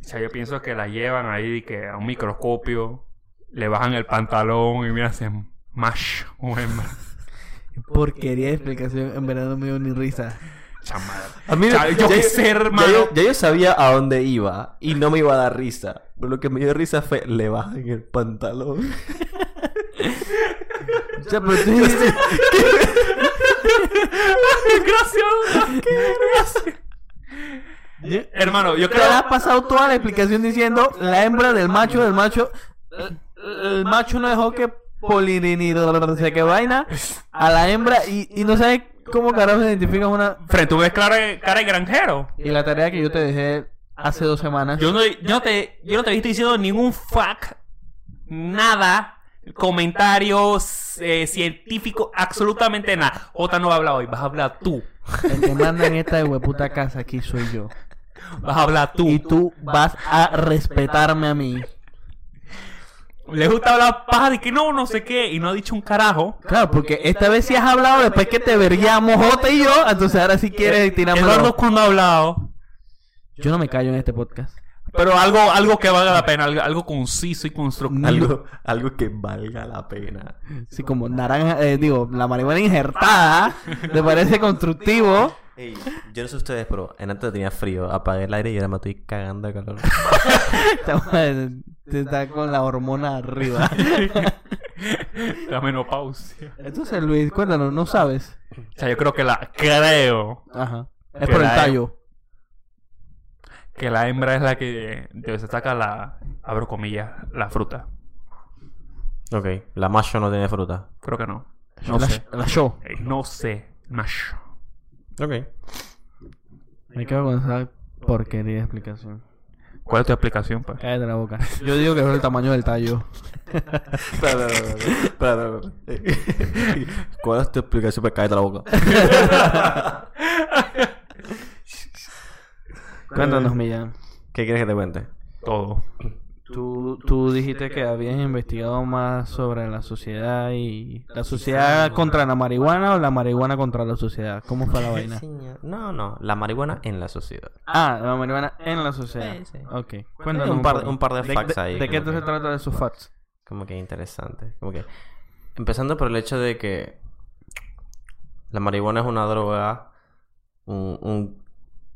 S1: o sea, yo pienso que la llevan ahí que a un microscopio, le bajan el pantalón y mira, hacen mash em- o hembra.
S3: Porquería de explicación, en verdad no me dio ni risa.
S1: Chamada.
S2: A mí
S1: O sea, yo qué sé, hermano.
S2: Ya yo, ya yo sabía a dónde iba y no me iba a dar risa. Lo que me dio risa fue le bajan el pantalón.
S3: O sea, pero tú dices-
S1: Desgraciado.
S3: yo-
S1: Hermano, yo
S3: te has
S1: creo.
S3: pasado toda la explicación diciendo la hembra del macho, del macho. El, el macho no dejó que polirinidor, se que vaina a la hembra y, y no sabes cómo carajo identificas una.
S1: Frente, tú ves cara, cara de granjero.
S3: Y la tarea que yo te dejé hace dos semanas.
S1: Yo no, yo no te, yo no te estoy diciendo ningún fuck, nada, comentarios eh, científico, absolutamente nada. Jota no va a hablar hoy, vas a hablar tú.
S3: El que manda en esta hueputa casa aquí soy yo.
S1: Vas a hablar
S3: Y
S1: tú.
S3: tú vas a respetarme a mí.
S1: Le gusta hablar paja de que no, no sé qué, y no ha dicho un carajo.
S3: Claro, porque esta vez sí has hablado después que te verguiamos Jota y yo. Entonces ahora sí quieres tirarme
S1: Eduardo cuando ha hablado.
S3: Yo no me callo en este podcast.
S1: Pero algo, algo que valga la pena, algo, algo conciso y constructivo.
S2: Algo, algo que valga la pena.
S3: Sí, como naranja, eh, digo, la marihuana injertada, ¿te parece constructivo?
S2: Ey, yo no sé ustedes, pero en antes tenía frío. Apagué el aire y ahora me estoy cagando de calor.
S3: Te- te Está con la hormona arriba.
S1: La menopausia.
S3: Entonces, Luis, cuéntanos, ¿no sabes?
S1: O sea, yo creo que la. Creo
S3: Ajá. Es por el
S1: Era-
S3: tallo.
S1: que la hembra es la que de- se saca la. Abro comillas, la fruta.
S2: ok, la macho no tiene fruta.
S1: Creo que no. No
S3: La,
S1: sé.
S3: la show.
S1: Eh, No sé. Mash.
S2: Ok.
S3: Me quedo con esa porquería de explicación.
S1: ¿Cuál es tu explicación, pues?
S3: Cállate la boca. Yo digo que es el tamaño del tallo.
S2: Espera, espera, espera, espera, espera. ¿Cuál es tu explicación? Pues cállate la boca.
S3: Cuéntanos, Millán.
S2: ¿Qué quieres que te cuente?
S1: Todo.
S3: Tú, tú dijiste que habías investigado más sobre la sociedad y... ¿La sociedad contra la marihuana o la marihuana contra la sociedad? ¿Cómo fue la vaina?
S2: No, no, la marihuana en la sociedad.
S3: Ah, la marihuana en la sociedad.
S2: Sí, sí.
S3: Ok.
S2: Cuéntanos
S3: Cuéntanos
S2: un par,
S3: poco.
S2: un par de facts
S3: de,
S2: ahí.
S3: de qué
S2: como
S3: se
S2: que-
S3: trata de esos facts?
S2: Como que interesante. Como que... Empezando por el hecho de que la marihuana es una droga, un, un-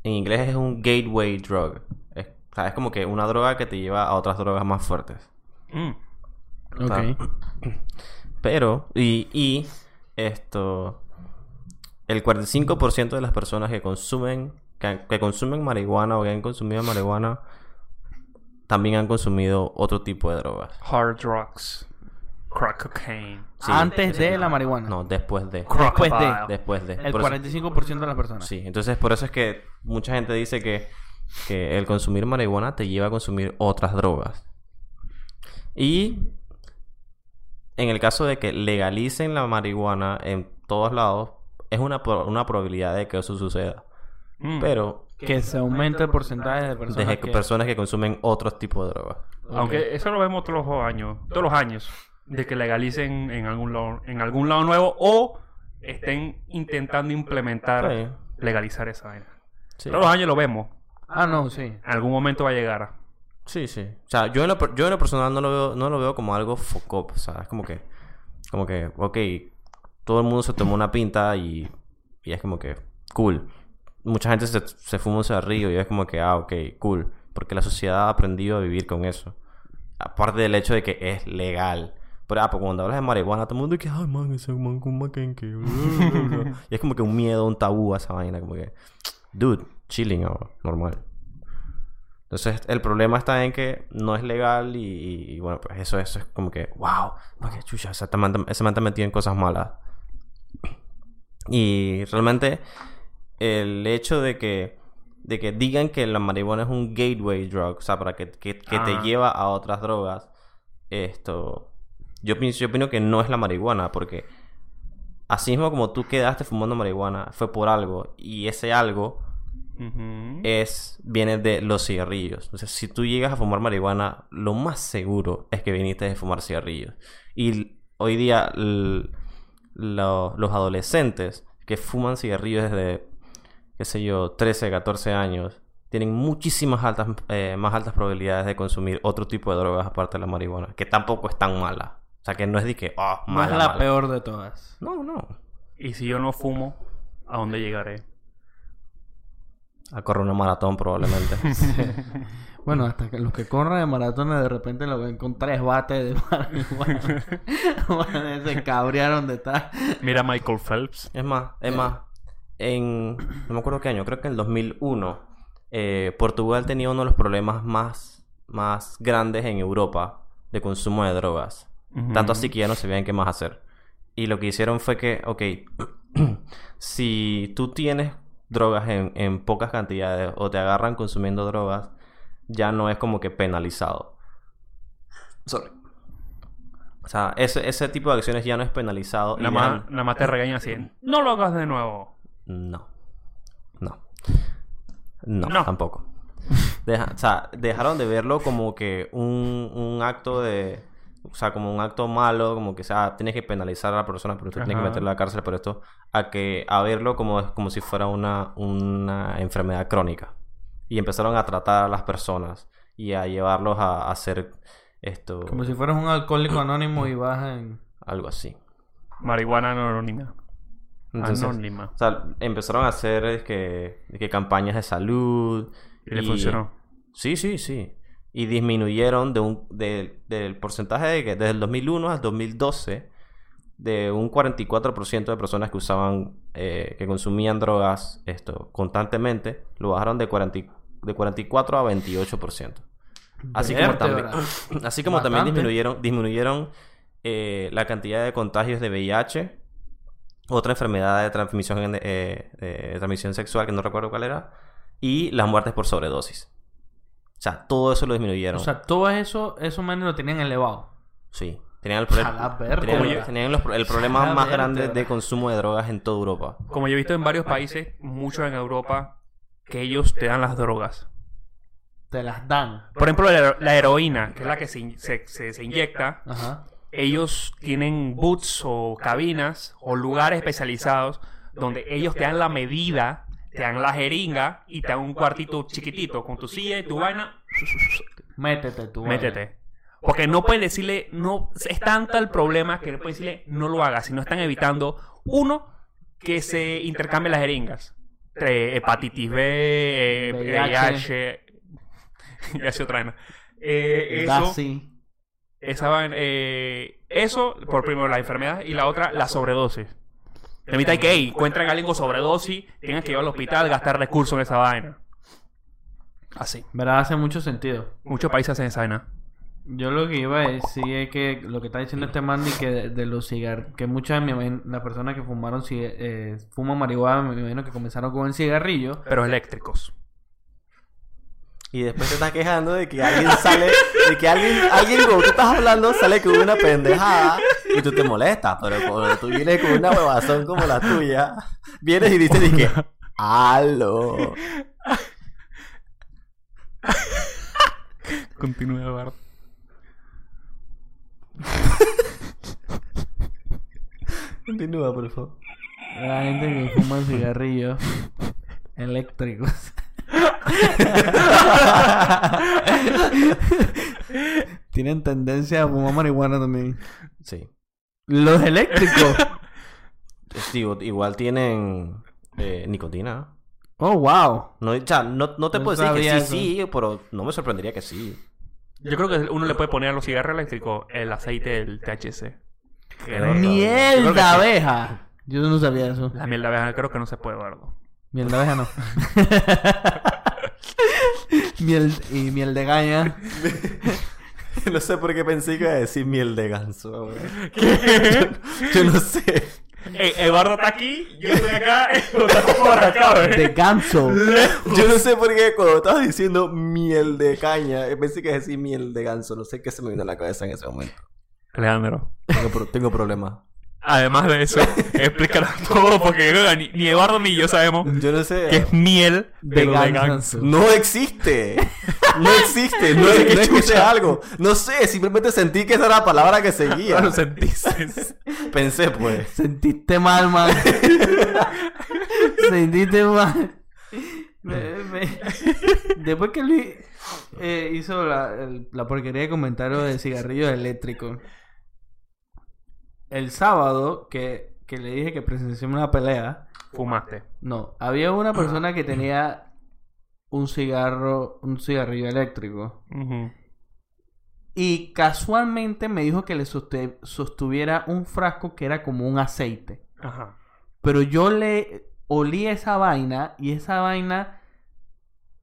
S2: en inglés es un gateway drug. Es, o sea, es como que una droga que te lleva a otras drogas más fuertes.
S1: Mm.
S3: Ok.
S2: Ah. Pero, y, y esto, el 45% de las personas que consumen, que, han- que consumen marihuana o que han consumido marihuana, también han consumido otro tipo de drogas.
S1: Hard drugs. Crack cocaine.
S2: Sí.
S3: Antes de la marihuana.
S2: No, después de.
S3: Después de-
S1: Crocodile.
S2: Después de.
S3: El
S2: Por eso-
S3: 45% de las personas.
S2: sí, entonces por eso es que mucha gente dice que, que el consumir marihuana te lleva a consumir otras drogas. Y en el caso de que legalicen la marihuana en todos lados, es una, pro- una probabilidad de que eso suceda.
S1: Mm.
S2: Pero
S3: Que se aumenta el porcentaje de personas
S2: desde que
S3: que...
S2: personas que consumen otros tipos de drogas.
S3: Ok.
S1: Aunque eso lo vemos todos los años, todos los años, de que legalicen en algún lado, en algún lado nuevo o estén intentando implementar,
S2: Sí.
S1: legalizar esa vaina.
S2: Sí.
S1: Todos los años lo vemos.
S3: Ah, no, sí.
S1: En algún momento va a llegar.
S2: Sí, sí. O sea, yo en lo, per- yo en lo personal no lo veo, no lo veo como algo focop. O sea, es como que, como que, ok, todo el mundo se tomó una pinta y, y es como que, cool. Mucha gente se, se fuma un cigarrillo y es como que, ah, ok, cool. Porque la sociedad ha aprendido a vivir con eso. Aparte del hecho de que es legal. Pero, ah, pues cuando hablas de marihuana, todo el mundo que, ay, man, ese man con maquenque. bla, bla, bla". y es como que un miedo, un tabú a esa vaina, como que, dude, chilling ahora, normal. Entonces, el problema está en que no es legal y, y- y, bueno, pues eso, eso es como que, wow, porque chucha, ese man, ese man está metido en cosas malas. Y realmente, el hecho de que de que digan que la marihuana es un gateway drug, o sea, para que, que- que te
S1: Ah.
S2: lleva a otras drogas. Esto, yo pienso, yo opino que no es la marihuana, porque así mismo como tú quedaste fumando marihuana, fue por algo, y ese algo
S1: Ujú.
S2: es viene de los cigarrillos. Entonces, si tú llegas a fumar marihuana, lo más seguro es que viniste de fumar cigarrillos. Y l- hoy día l- lo- los adolescentes que fuman cigarrillos desde, qué sé yo, 13, 14 años, tienen muchísimas altas, eh, más altas probabilidades de consumir otro tipo de drogas aparte de la marihuana, que tampoco es tan mala. O sea, que no es de que, oh,
S3: No es
S2: mala,
S3: la
S2: mala".
S3: peor de todas.
S2: No, no.
S1: Y si yo no fumo, ¿a dónde llegaré?
S2: A correr una maratón probablemente.
S3: Bueno, hasta que los que corren de maratones de repente lo ven con tres bates de marihuana. Bueno, se cabrearon de tal.
S1: Mira a Michael Phelps.
S2: Es más, es más. En. No me acuerdo qué año, creo que en el 2001. eh, Portugal tenía uno de los problemas más, más grandes en Europa de consumo de drogas. Tanto así que ya no sabían qué más hacer. Y lo que hicieron fue que, ok, si tú tienes drogas en, en pocas cantidades o te agarran consumiendo drogas, ya no es como que penalizado. Sorry. O sea, ese, ese tipo de acciones ya no es penalizado. y
S1: Nada
S2: dejan-
S1: más, nada más te regañan así. No lo hagas de nuevo.
S2: no. No. No,
S1: No.
S2: tampoco. Deja- o sea, dejaron de verlo como que un, un acto de... O sea, como un acto malo, como que, o sea, tienes que penalizar a la persona, pero tú tienes que
S1: Ajá.
S2: meterla a la cárcel por esto, a que a verlo como, como si fuera una, una enfermedad crónica. Y empezaron a tratar a las personas y a llevarlos a, a hacer esto,
S3: Como si fueras un alcohólico anónimo y vas en...
S2: algo así.
S1: Ah, Marihuana anónima.
S2: Entonces,
S1: Anónima.
S2: o sea, empezaron a hacer es que, es que campañas de salud.
S1: Y le funcionó.
S2: Sí, sí, sí. Y disminuyeron de un, de- del porcentaje de que desde el 2001 al 2012 de un 44% de personas que usaban, eh, que consumían drogas esto constantemente, lo bajaron de, 40, y- de 44 a 28%. Así como también,
S3: Vértebra.
S2: así como también
S3: Bastante.
S2: disminuyeron, disminuyeron eh, la cantidad de contagios de VIH, otra enfermedad de transmisión, en- eh, eh, de transmisión sexual, que no recuerdo cuál era, y las muertes por sobredosis. O sea, todo eso lo disminuyeron.
S3: O sea, todo eso, esos manes lo tenían elevado.
S2: sí. Tenían el,
S3: A la
S2: problema
S3: verga.
S2: tenían, tenían los pro- el
S3: A la
S2: problema más
S3: verga.
S2: grande de consumo de drogas en toda Europa.
S1: Como yo he visto en varios países, muchos en Europa, que ellos te dan las drogas.
S3: Te las dan.
S1: Por ejemplo, la, hero- la heroína, que es la que se, in- se- se- se inyecta,
S3: Ajá.
S1: ellos tienen boots o cabinas o lugares especializados donde ellos te dan la medida, te dan la jeringa y te dan un cuartito chiquitito con tu silla y tu vaina
S3: Métete tú. vale.
S1: Métete. Porque no pueden decirle, no, es tanta el problema que no pueden decirle, no lo hagas, sino están evitando, uno, que se intercambien las jeringas. Entre hepatitis B, eh,
S3: VIH.
S1: VIH, y hace otra vaina. Eh, eso,
S3: Gassi.
S1: esa vaina, eh, eso, por primero, la enfermedad, y la otra, la sobredosis. La mitad hay que, hey, encuentran a alguien con sobredosis, tienes que ir al hospital, gastar recursos en esa vaina. Así.
S3: ¿Verdad? Hace mucho sentido.
S1: Muchos países hacen esa vaina.
S3: Yo lo que iba a decir es que lo que está diciendo este man y que de, de los cigarros, que muchas de mi- me- las personas que fumaron, ci- eh, fuman marihuana, me imagino que comenzaron con el cigarrillo.
S1: Pero eléctricos.
S2: Y después te estás quejando de que alguien sale, de que alguien, alguien como tú estás hablando sale con una pendejada y tú te molestas, pero cuando tú vienes con una huevazón como la tuya, vienes y dices de que, ¡Aló!
S1: Continúa, Bart.
S2: Continúa, por favor.
S3: La gente que fuma cigarrillos eléctricos. Tienen tendencia a fumar marihuana también.
S2: Sí.
S3: Los eléctricos.
S2: Digo, igual tienen eh, nicotina.
S3: Oh, wow.
S2: No, o sea, no, no te
S3: No
S2: puedo decir
S3: sabía
S2: que
S3: eso.
S2: sí, sí, pero no me sorprendería que sí.
S1: Yo creo que uno le puede poner a los cigarros eléctricos el aceite del THC. Creo.
S3: Miel
S1: Yo creo
S3: de
S1: que sí.
S3: abeja. Yo no sabía eso.
S1: La miel de abeja creo que no se puede, Eduardo.
S3: Miel de abeja no. miel y miel de gaña.
S2: No sé por qué pensé que iba a decir miel de ganso. Yo no sé.
S1: Eh, Eduardo está aquí, yo estoy acá, Eduardo está por acá, eh. ¿ves?
S3: De Gamso.
S2: Yo no sé por qué cuando estabas diciendo miel de caña, eh, pensé que ibas a decir miel de ganso. No sé qué se me vino a la cabeza en ese momento.
S1: Leandro.
S2: Tengo, pro- tengo problemas.
S1: Además de eso, explícanos todo porque yo creo que ni, ni Eduardo ni yo sabemos
S2: Yo no sé. eh,
S1: que es miel de
S3: De
S1: lo de
S3: ganso.
S1: ganso.
S2: No existe. No existe. No,
S1: No sé
S2: es
S1: qué
S2: no escuché
S1: chucha.
S2: algo. No sé. Simplemente sentí que esa era la palabra que seguía.
S1: Lo sentiste.
S2: Pensé, pues.
S3: Sentiste mal, man. Sentiste mal. Me- me- Después que Luis eh, hizo la, el- la porquería de comentario de cigarrillos eléctricos. El sábado que, que le dije que presenció una pelea.
S1: Fumaste.
S3: No, había una persona que tenía un cigarro, un cigarrillo eléctrico.
S1: Ujú.
S3: Y casualmente me dijo que le soste- sostuviera un frasco que era como un aceite.
S1: Ajá.
S3: Pero yo le olía esa vaina y esa vaina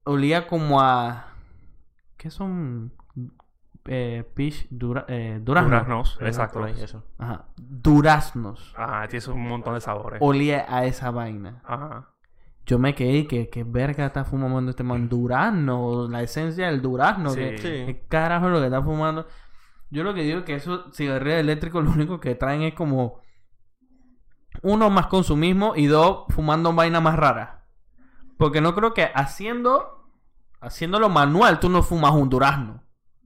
S3: olía como a... ¿Qué son? Eh, peach, dura, eh, duraznos.
S1: Duraznos, exacto.
S2: Eso.
S3: Ajá. Duraznos.
S1: Ajá, Ah, tienes un montón de sabores.
S3: Olía a esa vaina.
S1: Ajá.
S3: Yo me quedé y que, que verga está fumando este man. Durazno, la esencia del durazno.
S1: Sí.
S3: que-
S2: Sí.
S3: ¿Qué carajo es lo que está fumando? Yo lo que digo es que esos cigarrillos eléctricos lo único que traen es como... Uno, más consumismo y dos, fumando vaina más rara. Porque no creo que haciendo... Haciéndolo manual, tú no fumas un durazno.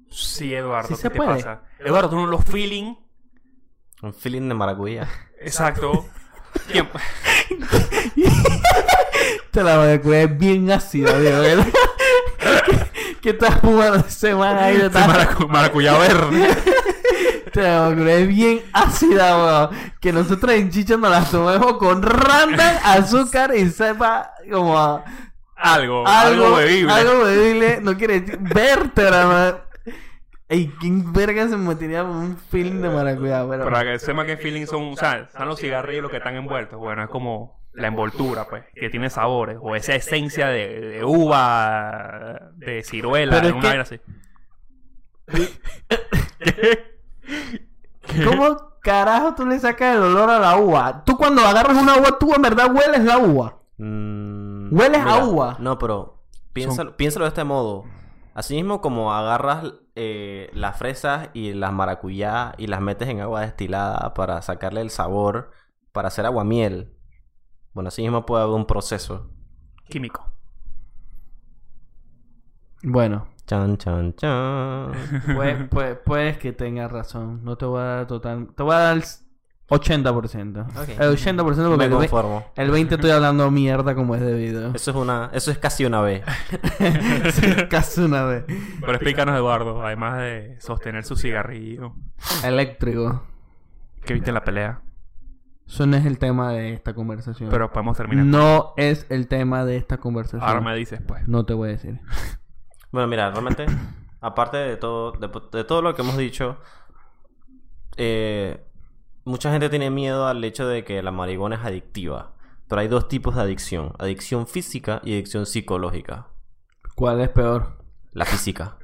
S1: Sí, Eduardo,
S3: Sí
S1: ¿qué
S3: se
S1: te
S3: puede.
S1: pasa? Eduardo, tú no los feeling.
S2: Un feeling de maracuyá.
S1: Exacto. Tiemp-
S3: Te la voy a es bien ácida, de verdad. ¿Qué, qué estás fumando ese man ahí?
S1: Ese
S3: Te estás-
S1: maracu- maracuyá verde.
S3: Te la vacuna es bien ácida, weón. Que nosotros en chicha nos la tomemos con randa, azúcar y sepa como a-
S1: Algo, algo,
S3: algo,
S1: bebible.
S3: Algo bebible. No quiere decir vértebra, man. Ey, ¿quién verga se metería con un film de maracuyá? Pero,
S1: Para que sepan que feeling son, o sea, están los cigarrillos los que están envueltos. Bueno, es como la envoltura, pues, que tiene sabores. O esa esencia de, de uva, de ciruela,
S3: Pero es
S1: una
S3: que-
S1: vaina así.
S3: ¿cómo carajo tú le sacas el olor a la uva? Tú cuando agarras una uva, tú en verdad hueles la uva.
S2: Mm,
S3: Hueles a uva.
S2: No, pero piénsalo, piénsalo de este modo. Así mismo como agarras eh, las fresas y las maracuyá y las metes en agua destilada para sacarle el sabor, para hacer aguamiel. Bueno, así mismo puede haber un proceso.
S1: Químico.
S3: Bueno,
S2: Chan, chan, chan.
S3: pues, pues, pues que tengas razón. No te voy a dar total. Te voy a dar el 80%.
S2: Ok.
S3: El 80% porque
S2: Me
S3: tú ves-
S2: conformo.
S3: El 20 estoy hablando mierda como es debido.
S2: Eso es una, eso es casi una vez.
S3: Sí, Casi una vez.
S1: Pero explícanos, Eduardo, además de sostener su cigarrillo,
S3: Eléctrico.
S1: que viste en la pelea.
S3: Eso no es el tema de esta conversación.
S1: Pero podemos terminar.
S3: no es el tema de esta conversación.
S1: Ahora me dices, pues.
S3: No te voy a decir.
S2: Bueno, mira, realmente, aparte de todo, de, de todo lo que hemos dicho, eh, mucha gente tiene miedo al hecho de que la marihuana es adictiva. Pero hay dos tipos de adicción: adicción física y adicción psicológica.
S3: ¿Cuál es peor?
S2: La física.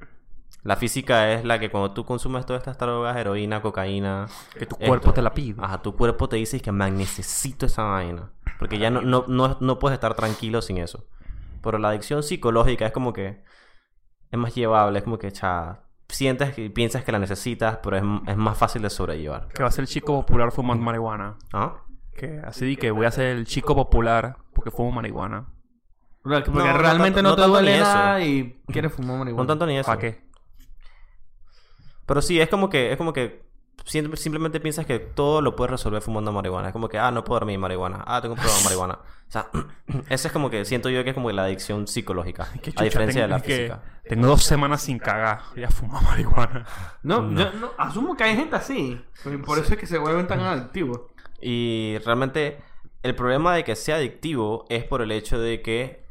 S2: La física es la que cuando tú consumes todas estas drogas, heroína, cocaína,
S1: Que tu
S2: esto,
S1: cuerpo te la pide.
S2: Ajá, tu cuerpo te dice que man, necesito esa vaina. Porque ya no, no, no, no puedes estar tranquilo sin eso. Pero la adicción psicológica es como que es más llevable, es como que cha, sientes que piensas que la necesitas, pero es, es más fácil de sobrellevar.
S1: Que va a ser el chico popular fumando marihuana.
S2: ¿Ah?
S1: Que así di que voy a ser el chico popular porque fumo marihuana.
S3: Porque
S2: no
S3: realmente
S2: tan-
S3: no,
S2: no
S3: te
S2: tanto
S3: duele
S2: ni eso.
S3: nada y quieres fumar marihuana.
S2: No tanto ni eso.
S1: ¿Para qué?
S2: Pero sí, es como que, es como que sim- simplemente piensas que todo lo puedes resolver fumando marihuana. Es como que, ah, no puedo dormir marihuana. Ah, tengo un problema de marihuana. O sea, esa es como que siento yo que es como la adicción psicológica.
S1: ¿Qué
S2: a
S1: chucha
S2: diferencia de
S1: tengo- es
S2: la
S1: que
S2: física.
S1: Tengo dos semanas sin cagar. Ya fumo marihuana.
S3: No, yo no- asumo que hay gente así. pues, Y Por eso es que se vuelven tan adictivos.
S2: Y realmente el problema de que sea adictivo es por el hecho de que,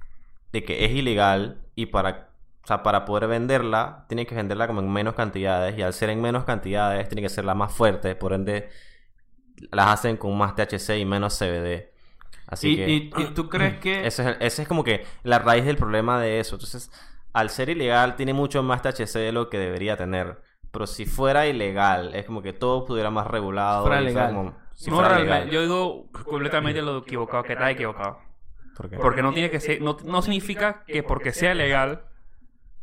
S2: de que es ilegal y para, o sea, para poder venderla tienes que venderla como en menos cantidades y al ser en menos cantidades tiene que ser la más fuerte, por ende las hacen con más THC y menos CBD. Así
S3: Y,
S2: que
S3: y- y tú crees que...
S2: ese, es el- ese es como que la raíz del problema de eso. Entonces, al ser ilegal tiene mucho más THC de lo que debería tener. Pero si fuera ilegal, es como que todo estuviera más regulado.
S3: Fuera
S2: y fuera
S3: legal.
S2: como- si
S1: no,
S2: fuera
S1: realmente,
S2: legal.
S1: yo digo completamente lo equivocado que está equivocado.
S2: ¿Por qué?
S1: Porque no tiene que ser, no, no significa que porque sea legal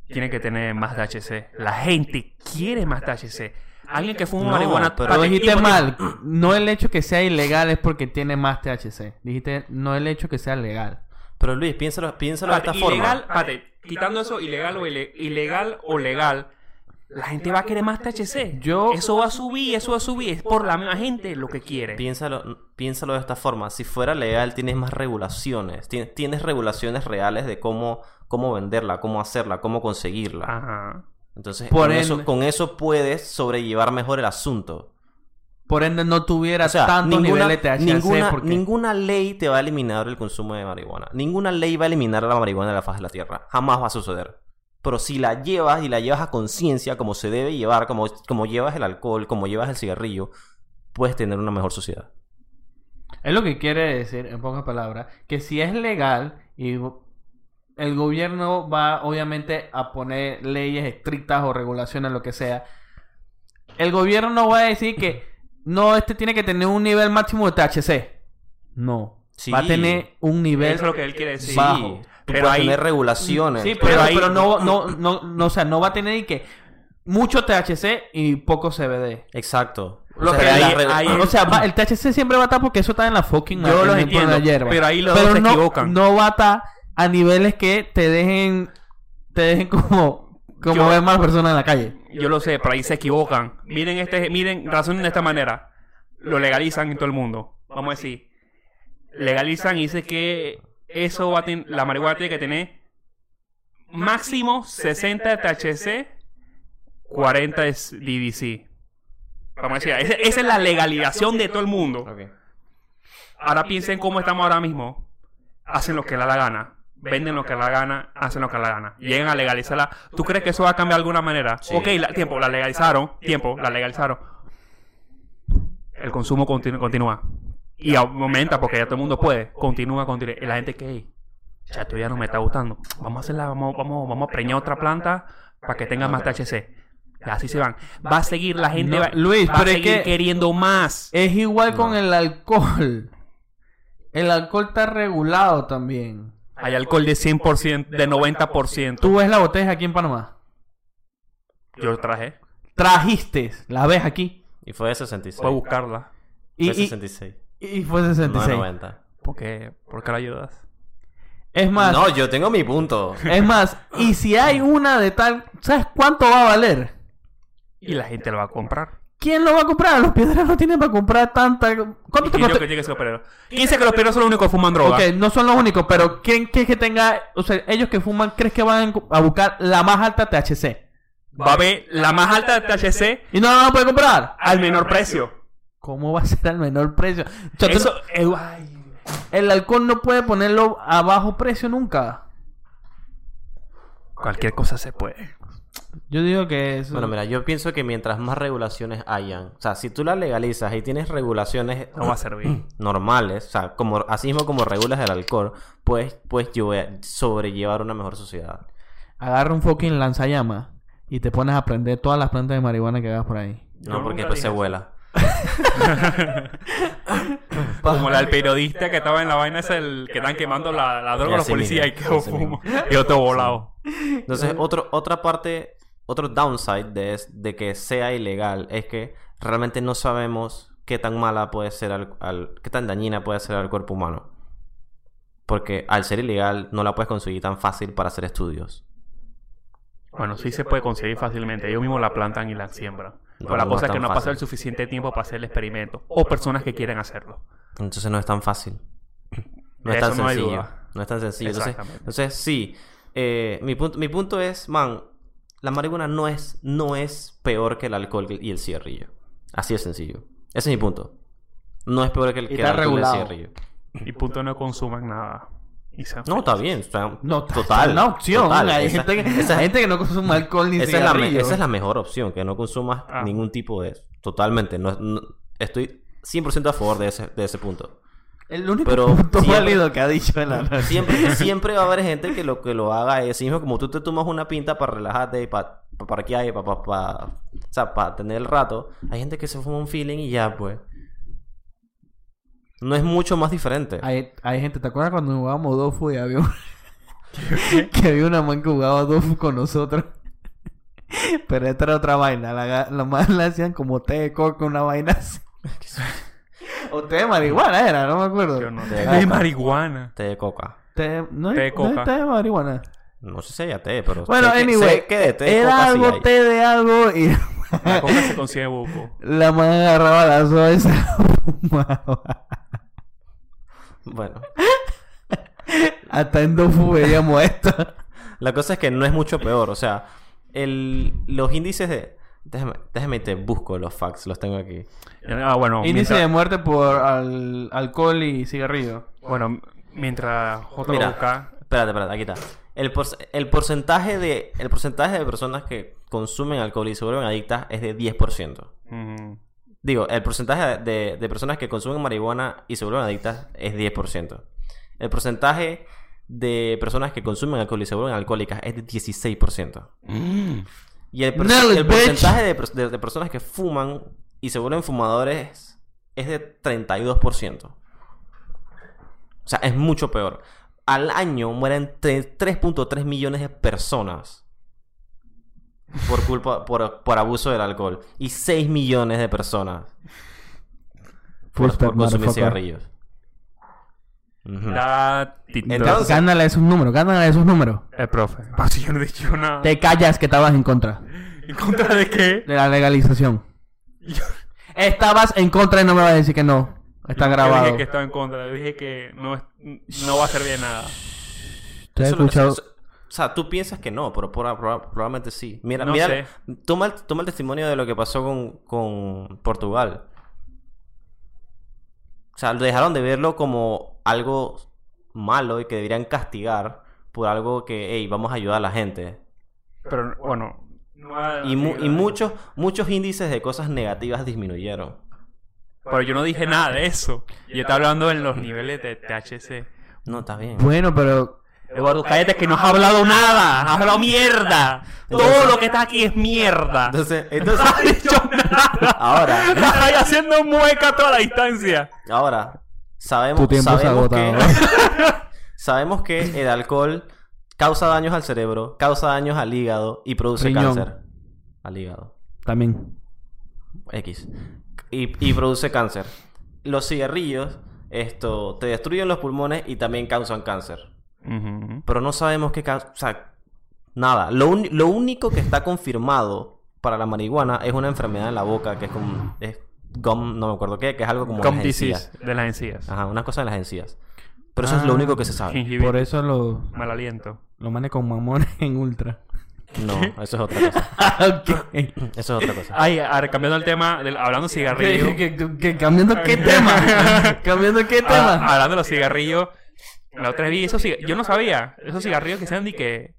S1: tiene que tener más THC. La gente quiere más THC. Alguien que fuma
S2: No,
S1: marihuana.
S2: pero
S3: Lo
S1: Vale,
S3: dijiste
S1: y-
S3: mal. No el hecho que sea ilegal es porque tiene más THC. Dijiste, no el hecho que sea legal.
S2: Pero Luis, piénsalo, piénsalo de
S1: Vale,
S2: esta
S1: ilegal,
S2: forma.
S1: vale, quitando eso, ilegal o, ile- ilegal o legal, la gente va a querer más THC.
S3: Yo-
S1: Eso va a subir, eso va a subir. Es por la misma gente lo que quiere.
S2: Piénsalo, piénsalo de esta forma. Si fuera legal, tienes más regulaciones. Tien- Tienes regulaciones reales de cómo, cómo venderla, cómo hacerla, cómo conseguirla.
S1: Ajá.
S2: Entonces,
S3: Por
S2: con,
S3: ende-
S2: eso, con eso puedes sobrellevar mejor el asunto.
S3: Por ende, no tuviera
S2: O sea,
S3: tantos
S2: ninguna,
S3: niveles de THC.
S2: ninguna,
S3: porque...
S2: ninguna ley te va a eliminar el consumo de marihuana. Ninguna ley va a eliminar la marihuana de la faz de la tierra. Jamás va a suceder. Pero si la llevas y la llevas a conciencia, como se debe llevar, como, como llevas el alcohol, como llevas el cigarrillo, puedes tener una mejor sociedad.
S3: Es lo que quiere decir, en pocas palabras, que si es legal y go- el gobierno va obviamente a poner leyes estrictas o regulaciones, lo que sea, el gobierno no va a decir que no, este tiene que tener un nivel máximo de THC. No.
S2: Sí.
S3: Va a tener un
S1: Eso
S3: nivel...
S1: es lo que él quiere decir.
S3: Sí. Bajo.
S2: Tú
S1: Pero
S2: puedes
S1: ahí-
S2: tener regulaciones.
S3: Sí,
S1: pero
S3: pero,
S1: ahí-
S3: pero no, no, no, no, o sea, no va a tener y que mucho THC y poco CBD.
S2: Exacto.
S1: Lo
S2: O sea,
S1: que
S2: las
S1: ahí-
S2: regu-
S1: ahí-
S3: O sea, va- el THC siempre va a estar porque eso está en la fucking
S1: Yo los
S3: en el-
S1: entiendo,
S3: por la hierba.
S1: pero ahí los dos se
S3: no,
S1: equivocan.
S3: No va a estar a niveles que te dejen te dejen como como
S1: Yo-
S3: ver más personas en la calle.
S1: Yo lo sé, pero ahí se equivocan. Miren, este, miren, razonen de esta manera. Lo legalizan en todo el mundo. Vamos a decir. Legalizan y dice que eso va a ten- la marihuana tiene que tener máximo 60 de THC, 40 de DDC. Vamos a decir, esa, esa es la legalización de todo el mundo.
S2: Ok.
S1: Ahora piensen cómo estamos ahora mismo. Hacen lo que le da la gana. Venden lo que le da la gana, hacen lo que le da la gana. Llegan a legalizarla. ¿Tú crees que eso va a cambiar de alguna manera? Ok, la- tiempo, la legalizaron. Tiempo, la legalizaron. El consumo continu- continúa. Y aumenta porque ya todo el mundo puede. Continúa, continúa. Y la gente que "Ey, chato ya no me está gustando. Vamos a hacerla, vamos, vamos, vamos a preñar otra planta para que tenga más THC. Y así se van. Va a seguir la gente.
S3: No,
S1: va-
S3: Luis,
S1: va a
S3: pero es
S1: seguir
S3: que-
S1: queriendo más.
S3: Es igual
S2: No.
S3: con el alcohol. El alcohol está regulado también.
S1: Hay alcohol de 100%, de 90%.
S3: Tú ves la botella aquí en Panamá.
S1: Yo traje.
S3: Trajiste, la ves aquí
S2: Y fue de 66.
S1: Voy a buscarla.
S3: y,
S2: Fue
S3: y-
S2: 66.
S3: y fue
S2: No de
S3: 66.
S2: 90.
S1: Porque, porque la ayudas.
S3: es más,
S2: No, yo tengo mi punto.
S3: es más, y si hay una de tal, ¿sabes cuánto va a valer?
S1: Y la gente la va a comprar.
S3: ¿Quién lo va a comprar? Los piedreros no tienen para comprar tanta. ¿Cuánto te
S1: Y yo
S3: costó?
S1: que llegue ese operero. ¿Quién dice que los perros son los únicos que fuman droga?
S3: Ok, no son los únicos, pero ¿quién crees que tenga? O sea, ellos que fuman, ¿crees que van a buscar la más alta THC?
S1: Va a haber la más alta de THC
S3: Y no la van a poder comprar.
S1: al menor precio.
S3: ¿Cómo va a ser al menor precio? O sea, tú
S1: Eso.
S3: no-
S1: eh, ay.
S3: el alcohol no puede ponerlo a bajo precio nunca.
S1: Cualquier cosa se puede.
S3: Yo digo que eso.
S2: Bueno, mira, yo pienso que mientras más regulaciones hayan, o sea, si tú la legalizas y tienes regulaciones
S1: No va a servir.
S2: normales, o sea, como, así mismo como regulas el alcohol, pues, puedes, puedes llevar- sobrellevar una mejor sociedad.
S3: Agarra un fucking lanzallamas y te pones a prender todas las plantas de marihuana que hagas por ahí.
S1: Yo
S2: No, porque
S1: nunca
S2: después se
S1: dije
S2: vuela.
S1: Como la del periodista que estaba en la vaina, es el que están quemando la, la droga a los
S2: Así mismo,
S1: policías y quedó
S2: así mismo.
S1: fumo. Y otro volado.
S2: Entonces, otro, otra parte, otro downside de, es- de que sea ilegal es que realmente no sabemos qué tan mala puede ser al, al- qué tan dañina puede ser al cuerpo humano. Porque al ser ilegal no la puedes conseguir tan fácil para hacer estudios.
S1: Bueno, sí se puede conseguir fácilmente. Ellos mismos la plantan y la siembran.
S2: No,
S1: Pero la
S2: no
S1: cosa es
S2: tan
S1: que no ha pasado
S2: fácil.
S1: el suficiente tiempo para hacer el experimento. O personas que quieren hacerlo.
S2: Entonces no es tan fácil. No
S1: De
S2: es tan
S1: eso no hay
S2: sencillo.
S1: duda.
S2: No es tan sencillo. Entonces,
S1: Exactamente.
S2: entonces sí. eh, mi, punto, mi punto es, man, la marihuana no es, no es peor que el alcohol y el cigarrillo. Así de sencillo. Ese es mi punto. No es peor que el,
S3: Y
S2: que el
S3: está
S2: alcohol y el
S3: regulado.
S2: cigarrillo.
S1: Y punto no consuman nada. Y se-
S2: No, está bien. está-
S3: No,
S2: total.
S3: total. Una opción.
S2: total.
S3: hay
S2: Esa-
S3: gente que,
S2: esa-
S3: hay gente que no consume alcohol ni
S2: esa es la me-
S3: cigarrillos.
S2: esa es la mejor opción, que no consumas
S1: Ah.
S2: ningún tipo de... Totalmente. No, no- estoy 100% a favor de ese, de ese punto.
S3: El único
S2: Pero
S3: punto
S2: siempre-
S3: válido que ha dicho en la noche.
S2: Siempre, siempre va a haber gente que lo que lo haga es mismo como tú te tomas una pinta para relajarte y para pa parquear y para pa, pa- o sea, para tener el rato. Hay gente que se fuma un feeling y ya, pues. No es mucho más diferente.
S3: Hay, hay gente, ¿te acuerdas cuando jugábamos Dofu y había un- que había una man que jugaba Dofu con nosotros? Pero esta era otra vaina. La, ga- la man la hacían como té de coco, una vaina así. o té de marihuana era, no me acuerdo.
S1: Yo no
S2: Te
S1: sé.
S2: coca.
S1: De marihuana.
S2: Té de coca.
S3: Té- no,
S1: Té de
S3: hay- no
S1: coca.
S3: hay té de marihuana.
S2: No sé si haya té, pero.
S3: Bueno,
S2: sé que-
S3: anyway.
S2: sé que de té de
S3: era
S2: coca sí
S3: algo
S2: hay.
S3: té de algo y
S1: La coca se consigue buco.
S3: la man agarraba la soda y se la fumaba.
S2: Bueno,
S3: Hasta en Dofu veíamos esto.
S2: la cosa es que no es mucho peor. O sea, el, los índices de. Déjame, déjame te busco los facts, los tengo aquí.
S1: Ah, bueno.
S3: Índice de
S1: mientras-
S3: muerte por al- alcohol y cigarrillo.
S1: Bueno, mientras J.
S2: Mira.
S1: busca-
S2: Espérate, espérate, aquí está. El, por- el, porcentaje de, el porcentaje de personas que consumen alcohol y se vuelven adictas es de 10%.
S1: Mm,
S2: Digo, el porcentaje de, de personas que consumen marihuana y se vuelven adictas es 10%. El porcentaje de personas que consumen alcohol y se vuelven alcohólicas es de 16%.
S1: mm,
S2: Y el, por-
S3: Nelly,
S2: el
S3: bitch.
S2: porcentaje de, pers- de- de personas que fuman y se vuelven fumadores es de 32%. O sea, es mucho peor. Al año mueren tre- 3.3 millones de personas por culpa por, por abuso del alcohol y 6 millones de personas por, por consumir cigarrillos. Ujú.
S1: Da
S2: Entonces-
S3: Gánale esos números, gánale esos números.
S1: el profe. Pero si yo no he dicho nada.
S3: Te callas que estabas en contra
S1: ¿En contra de qué?
S3: de la legalización. Estabas en contra y no me vas a decir que no. Está
S1: Yo
S3: grabado.
S1: dije que estaba en contra. Yo dije que no, es- no va a servir de nada.
S3: Te he
S2: Eso lo-
S3: escuchado.
S2: eso- o sea, tú piensas que no, pero proba- proba- probablemente sí. Mira,
S1: No
S2: mira,
S1: sé.
S2: Toma, el, toma el testimonio de lo que pasó con, con Portugal. O sea, dejaron de verlo como algo malo y que deberían castigar por algo que, hey, vamos a ayudar a la gente.
S1: Pero bueno. no va a-
S2: Y, mu- y muchos, muchos índices de cosas negativas disminuyeron.
S1: Pero yo no dije nada de eso. Yo estaba hablando en los niveles de THC.
S2: No, está bien.
S3: Bueno, pero
S1: Eduardo, cállate que no has hablado nada. Has hablado mierda. Todo lo que está aquí es mierda.
S2: Entonces, entonces,
S1: has dicho nada.
S2: ahora,
S1: Estás haciendo mueca a toda la distancia.
S2: Ahora, sabemos,
S3: Tu tiempo se
S2: sabemos
S3: agota,
S2: que,
S3: ¿verdad?
S2: sabemos que el alcohol causa daños al cerebro, causa daños al hígado y produce
S3: Riñón.
S2: cáncer. Al hígado.
S3: también.
S2: X. Y, y produce cáncer. Los cigarrillos, esto, te destruyen los pulmones y también causan cáncer. Pero no sabemos qué causa. O sea, nada. Lo, uni- lo único que está confirmado para la marihuana es una enfermedad en la boca que es como. Es gum, no me acuerdo qué, que es algo como.
S1: Com
S2: las encías. Ah.
S1: disease de las encías.
S2: Ajá, una cosa de las encías. Pero eso es lo
S3: Ah.
S2: único que se sabe.
S1: Gingivitis.
S3: Por eso lo,
S1: Mal aliento.
S3: lo manes con mamones en ultra.
S2: No, eso es otra cosa.
S3: ok.
S2: Eso es otra cosa.
S1: Ay, ahora, cambiando el tema, del- hablando de cigarrillos.
S3: Que- que- que- que- cambiando qué tema. cambiando qué
S1: Ah,
S3: tema.
S1: hablando de los cigarrillos, la otra vez vi esos ciga- yo no sabía, esos cigarrillos que sean de que,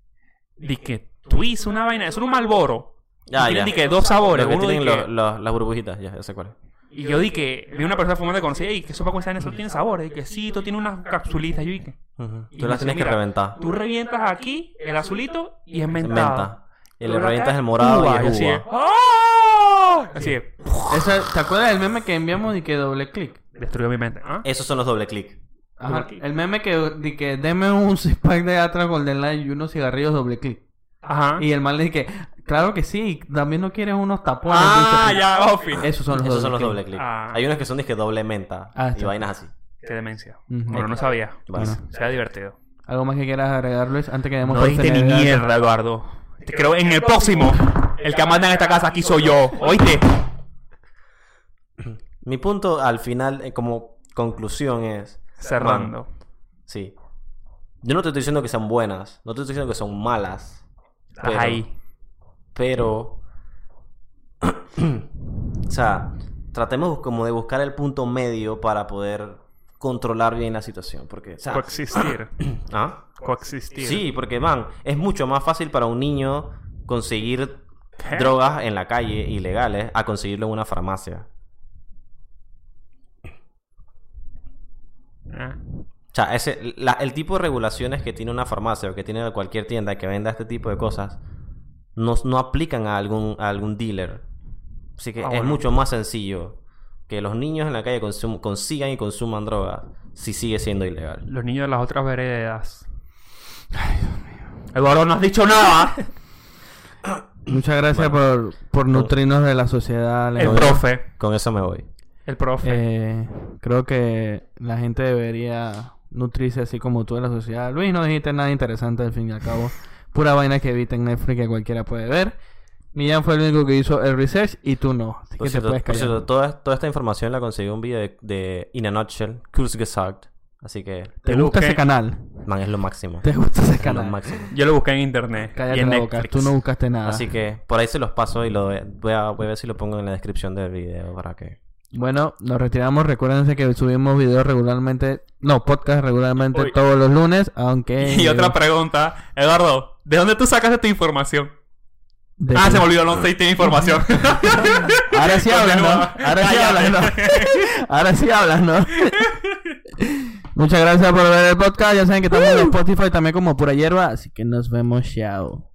S1: de que Twist, una vaina, es un malboro.
S2: Ah,
S1: tienen
S2: ya.
S1: de que dos sabores,
S2: Lo que
S1: uno
S2: tienen
S1: de
S2: lo-
S1: que-
S2: lo- las burbujitas, ya, ya sé cuál es.
S1: Y yo di que, vi una persona fumando y conocía, y que sopa con eso tiene sabores, y que sí, esto tiene unas capsulitas, yo dije,
S2: Ujú.
S1: Y
S2: Tú las
S1: dice,
S2: tienes que
S1: mira,
S2: reventar.
S1: tú revientas aquí el azulito y es
S2: En
S1: mentado.
S2: menta. Y
S1: Tú lo
S2: le reventas
S1: acá,
S2: el morado
S1: uva,
S2: y es
S1: así
S2: uva.
S1: es. ¡Ah! Así es,
S3: Esa- ¿Te acuerdas del meme que enviamos y que doble clic?
S1: destruyó mi mente. ¿Ah?
S2: Esos son los doble clic.
S3: Ajá,
S1: Doble clic.
S3: el meme que, de que deme un six pack de Atra Golden Light y unos cigarrillos doble clic.
S1: Ajá.
S3: Y el man le dice que, claro que sí, también no quieres unos tapones.
S1: ah,
S3: dice.
S1: ya, Office.
S3: Esos son los
S2: Esos son los
S3: clic.
S2: doble clic.
S1: Ah.
S2: Hay unos que son disque doble menta
S3: Ah,
S2: y
S3: está.
S2: vainas así.
S1: Qué demencia.
S3: Ujú.
S1: Bueno, no sabía.
S2: Bueno.
S1: Será divertido.
S3: ¿Algo más que quieras agregar, Luis? Antes que demos
S1: No
S3: por
S1: dijiste ni
S3: terminada-
S1: mierda, Eduardo. Te creo en el próximo. El que manda en esta casa aquí soy yo. ¿Oíste?
S2: Mi punto al final, eh, como conclusión, es.
S1: Cerrando.
S2: Sí. Yo no te estoy diciendo que sean buenas, no te estoy diciendo que son malas.
S1: Estás
S2: pero-
S1: ahí.
S2: Pero. o sea, tratemos como de buscar el punto medio para poder controlar bien la situación. Porque, o sea,
S1: Coexistir.
S2: ¿ah?
S1: Coexistir.
S2: Sí, porque, man, es mucho más fácil para un niño conseguir
S1: ¿Qué?
S2: drogas en la calle ilegales a conseguirlo en una farmacia.
S1: Ah.
S2: O sea, ese, la- el tipo de regulaciones que tiene una farmacia o que tiene cualquier tienda que venda este tipo de cosas no, no aplican a algún, a algún dealer. Así que
S1: Ah,
S2: es
S1: bueno.
S2: mucho más sencillo que los niños en la calle consum- consigan y consuman drogas si sigue siendo ilegal.
S1: Los niños de las otras veredas. Eduardo, no has dicho nada.
S3: Muchas gracias por, por nutrirnos de la sociedad.
S1: El
S3: Leonardo.
S1: profe.
S2: Con eso me voy.
S1: El profe.
S3: Eh, creo que la gente debería nutrirse así como tú de la sociedad. Luis, no dijiste nada interesante al fin y al cabo. Pura vaina que evita en Netflix que cualquiera puede ver. Millán fue el único que hizo el research y tú no. Así
S2: Por
S3: que
S2: cierto,
S3: te puedes
S2: por
S3: callar.
S2: cierto, toda, toda esta información la conseguí en un video de, de In a Nutshell, Kurzgesagt. Así que,
S1: Te
S3: ¿Te gusta
S1: busqué.
S3: ese canal?
S2: man, es lo máximo.
S3: ¿Te gusta ese
S2: Es lo
S3: canal?
S2: máximo.
S1: Yo lo busqué en internet. y
S3: Cállate
S1: en
S3: la boca.
S1: Netflix.
S3: Tú no buscaste nada.
S2: Así que por ahí se los paso y lo voy a, voy a- voy a ver si lo pongo en la descripción del video para que.
S3: Bueno, nos retiramos. Recuérdense que subimos videos regularmente. No, podcast regularmente
S1: Uy.
S3: todos los lunes. Aunque...
S1: Y otra pregunta. Eduardo, ¿de dónde tú sacaste tu información?
S3: de-
S1: Ah, se me olvidó, no sé, tiene información.
S3: Ahora sí hablas, ¿no?
S1: Continúa.
S3: Ahora sí
S1: Cállate.
S3: hablas, ¿no? Ahora sí hablas, ¿no?
S1: Uh.
S3: Muchas gracias por ver el podcast. Ya saben que estamos en Spotify también como pura hierba. Así que nos vemos, chao.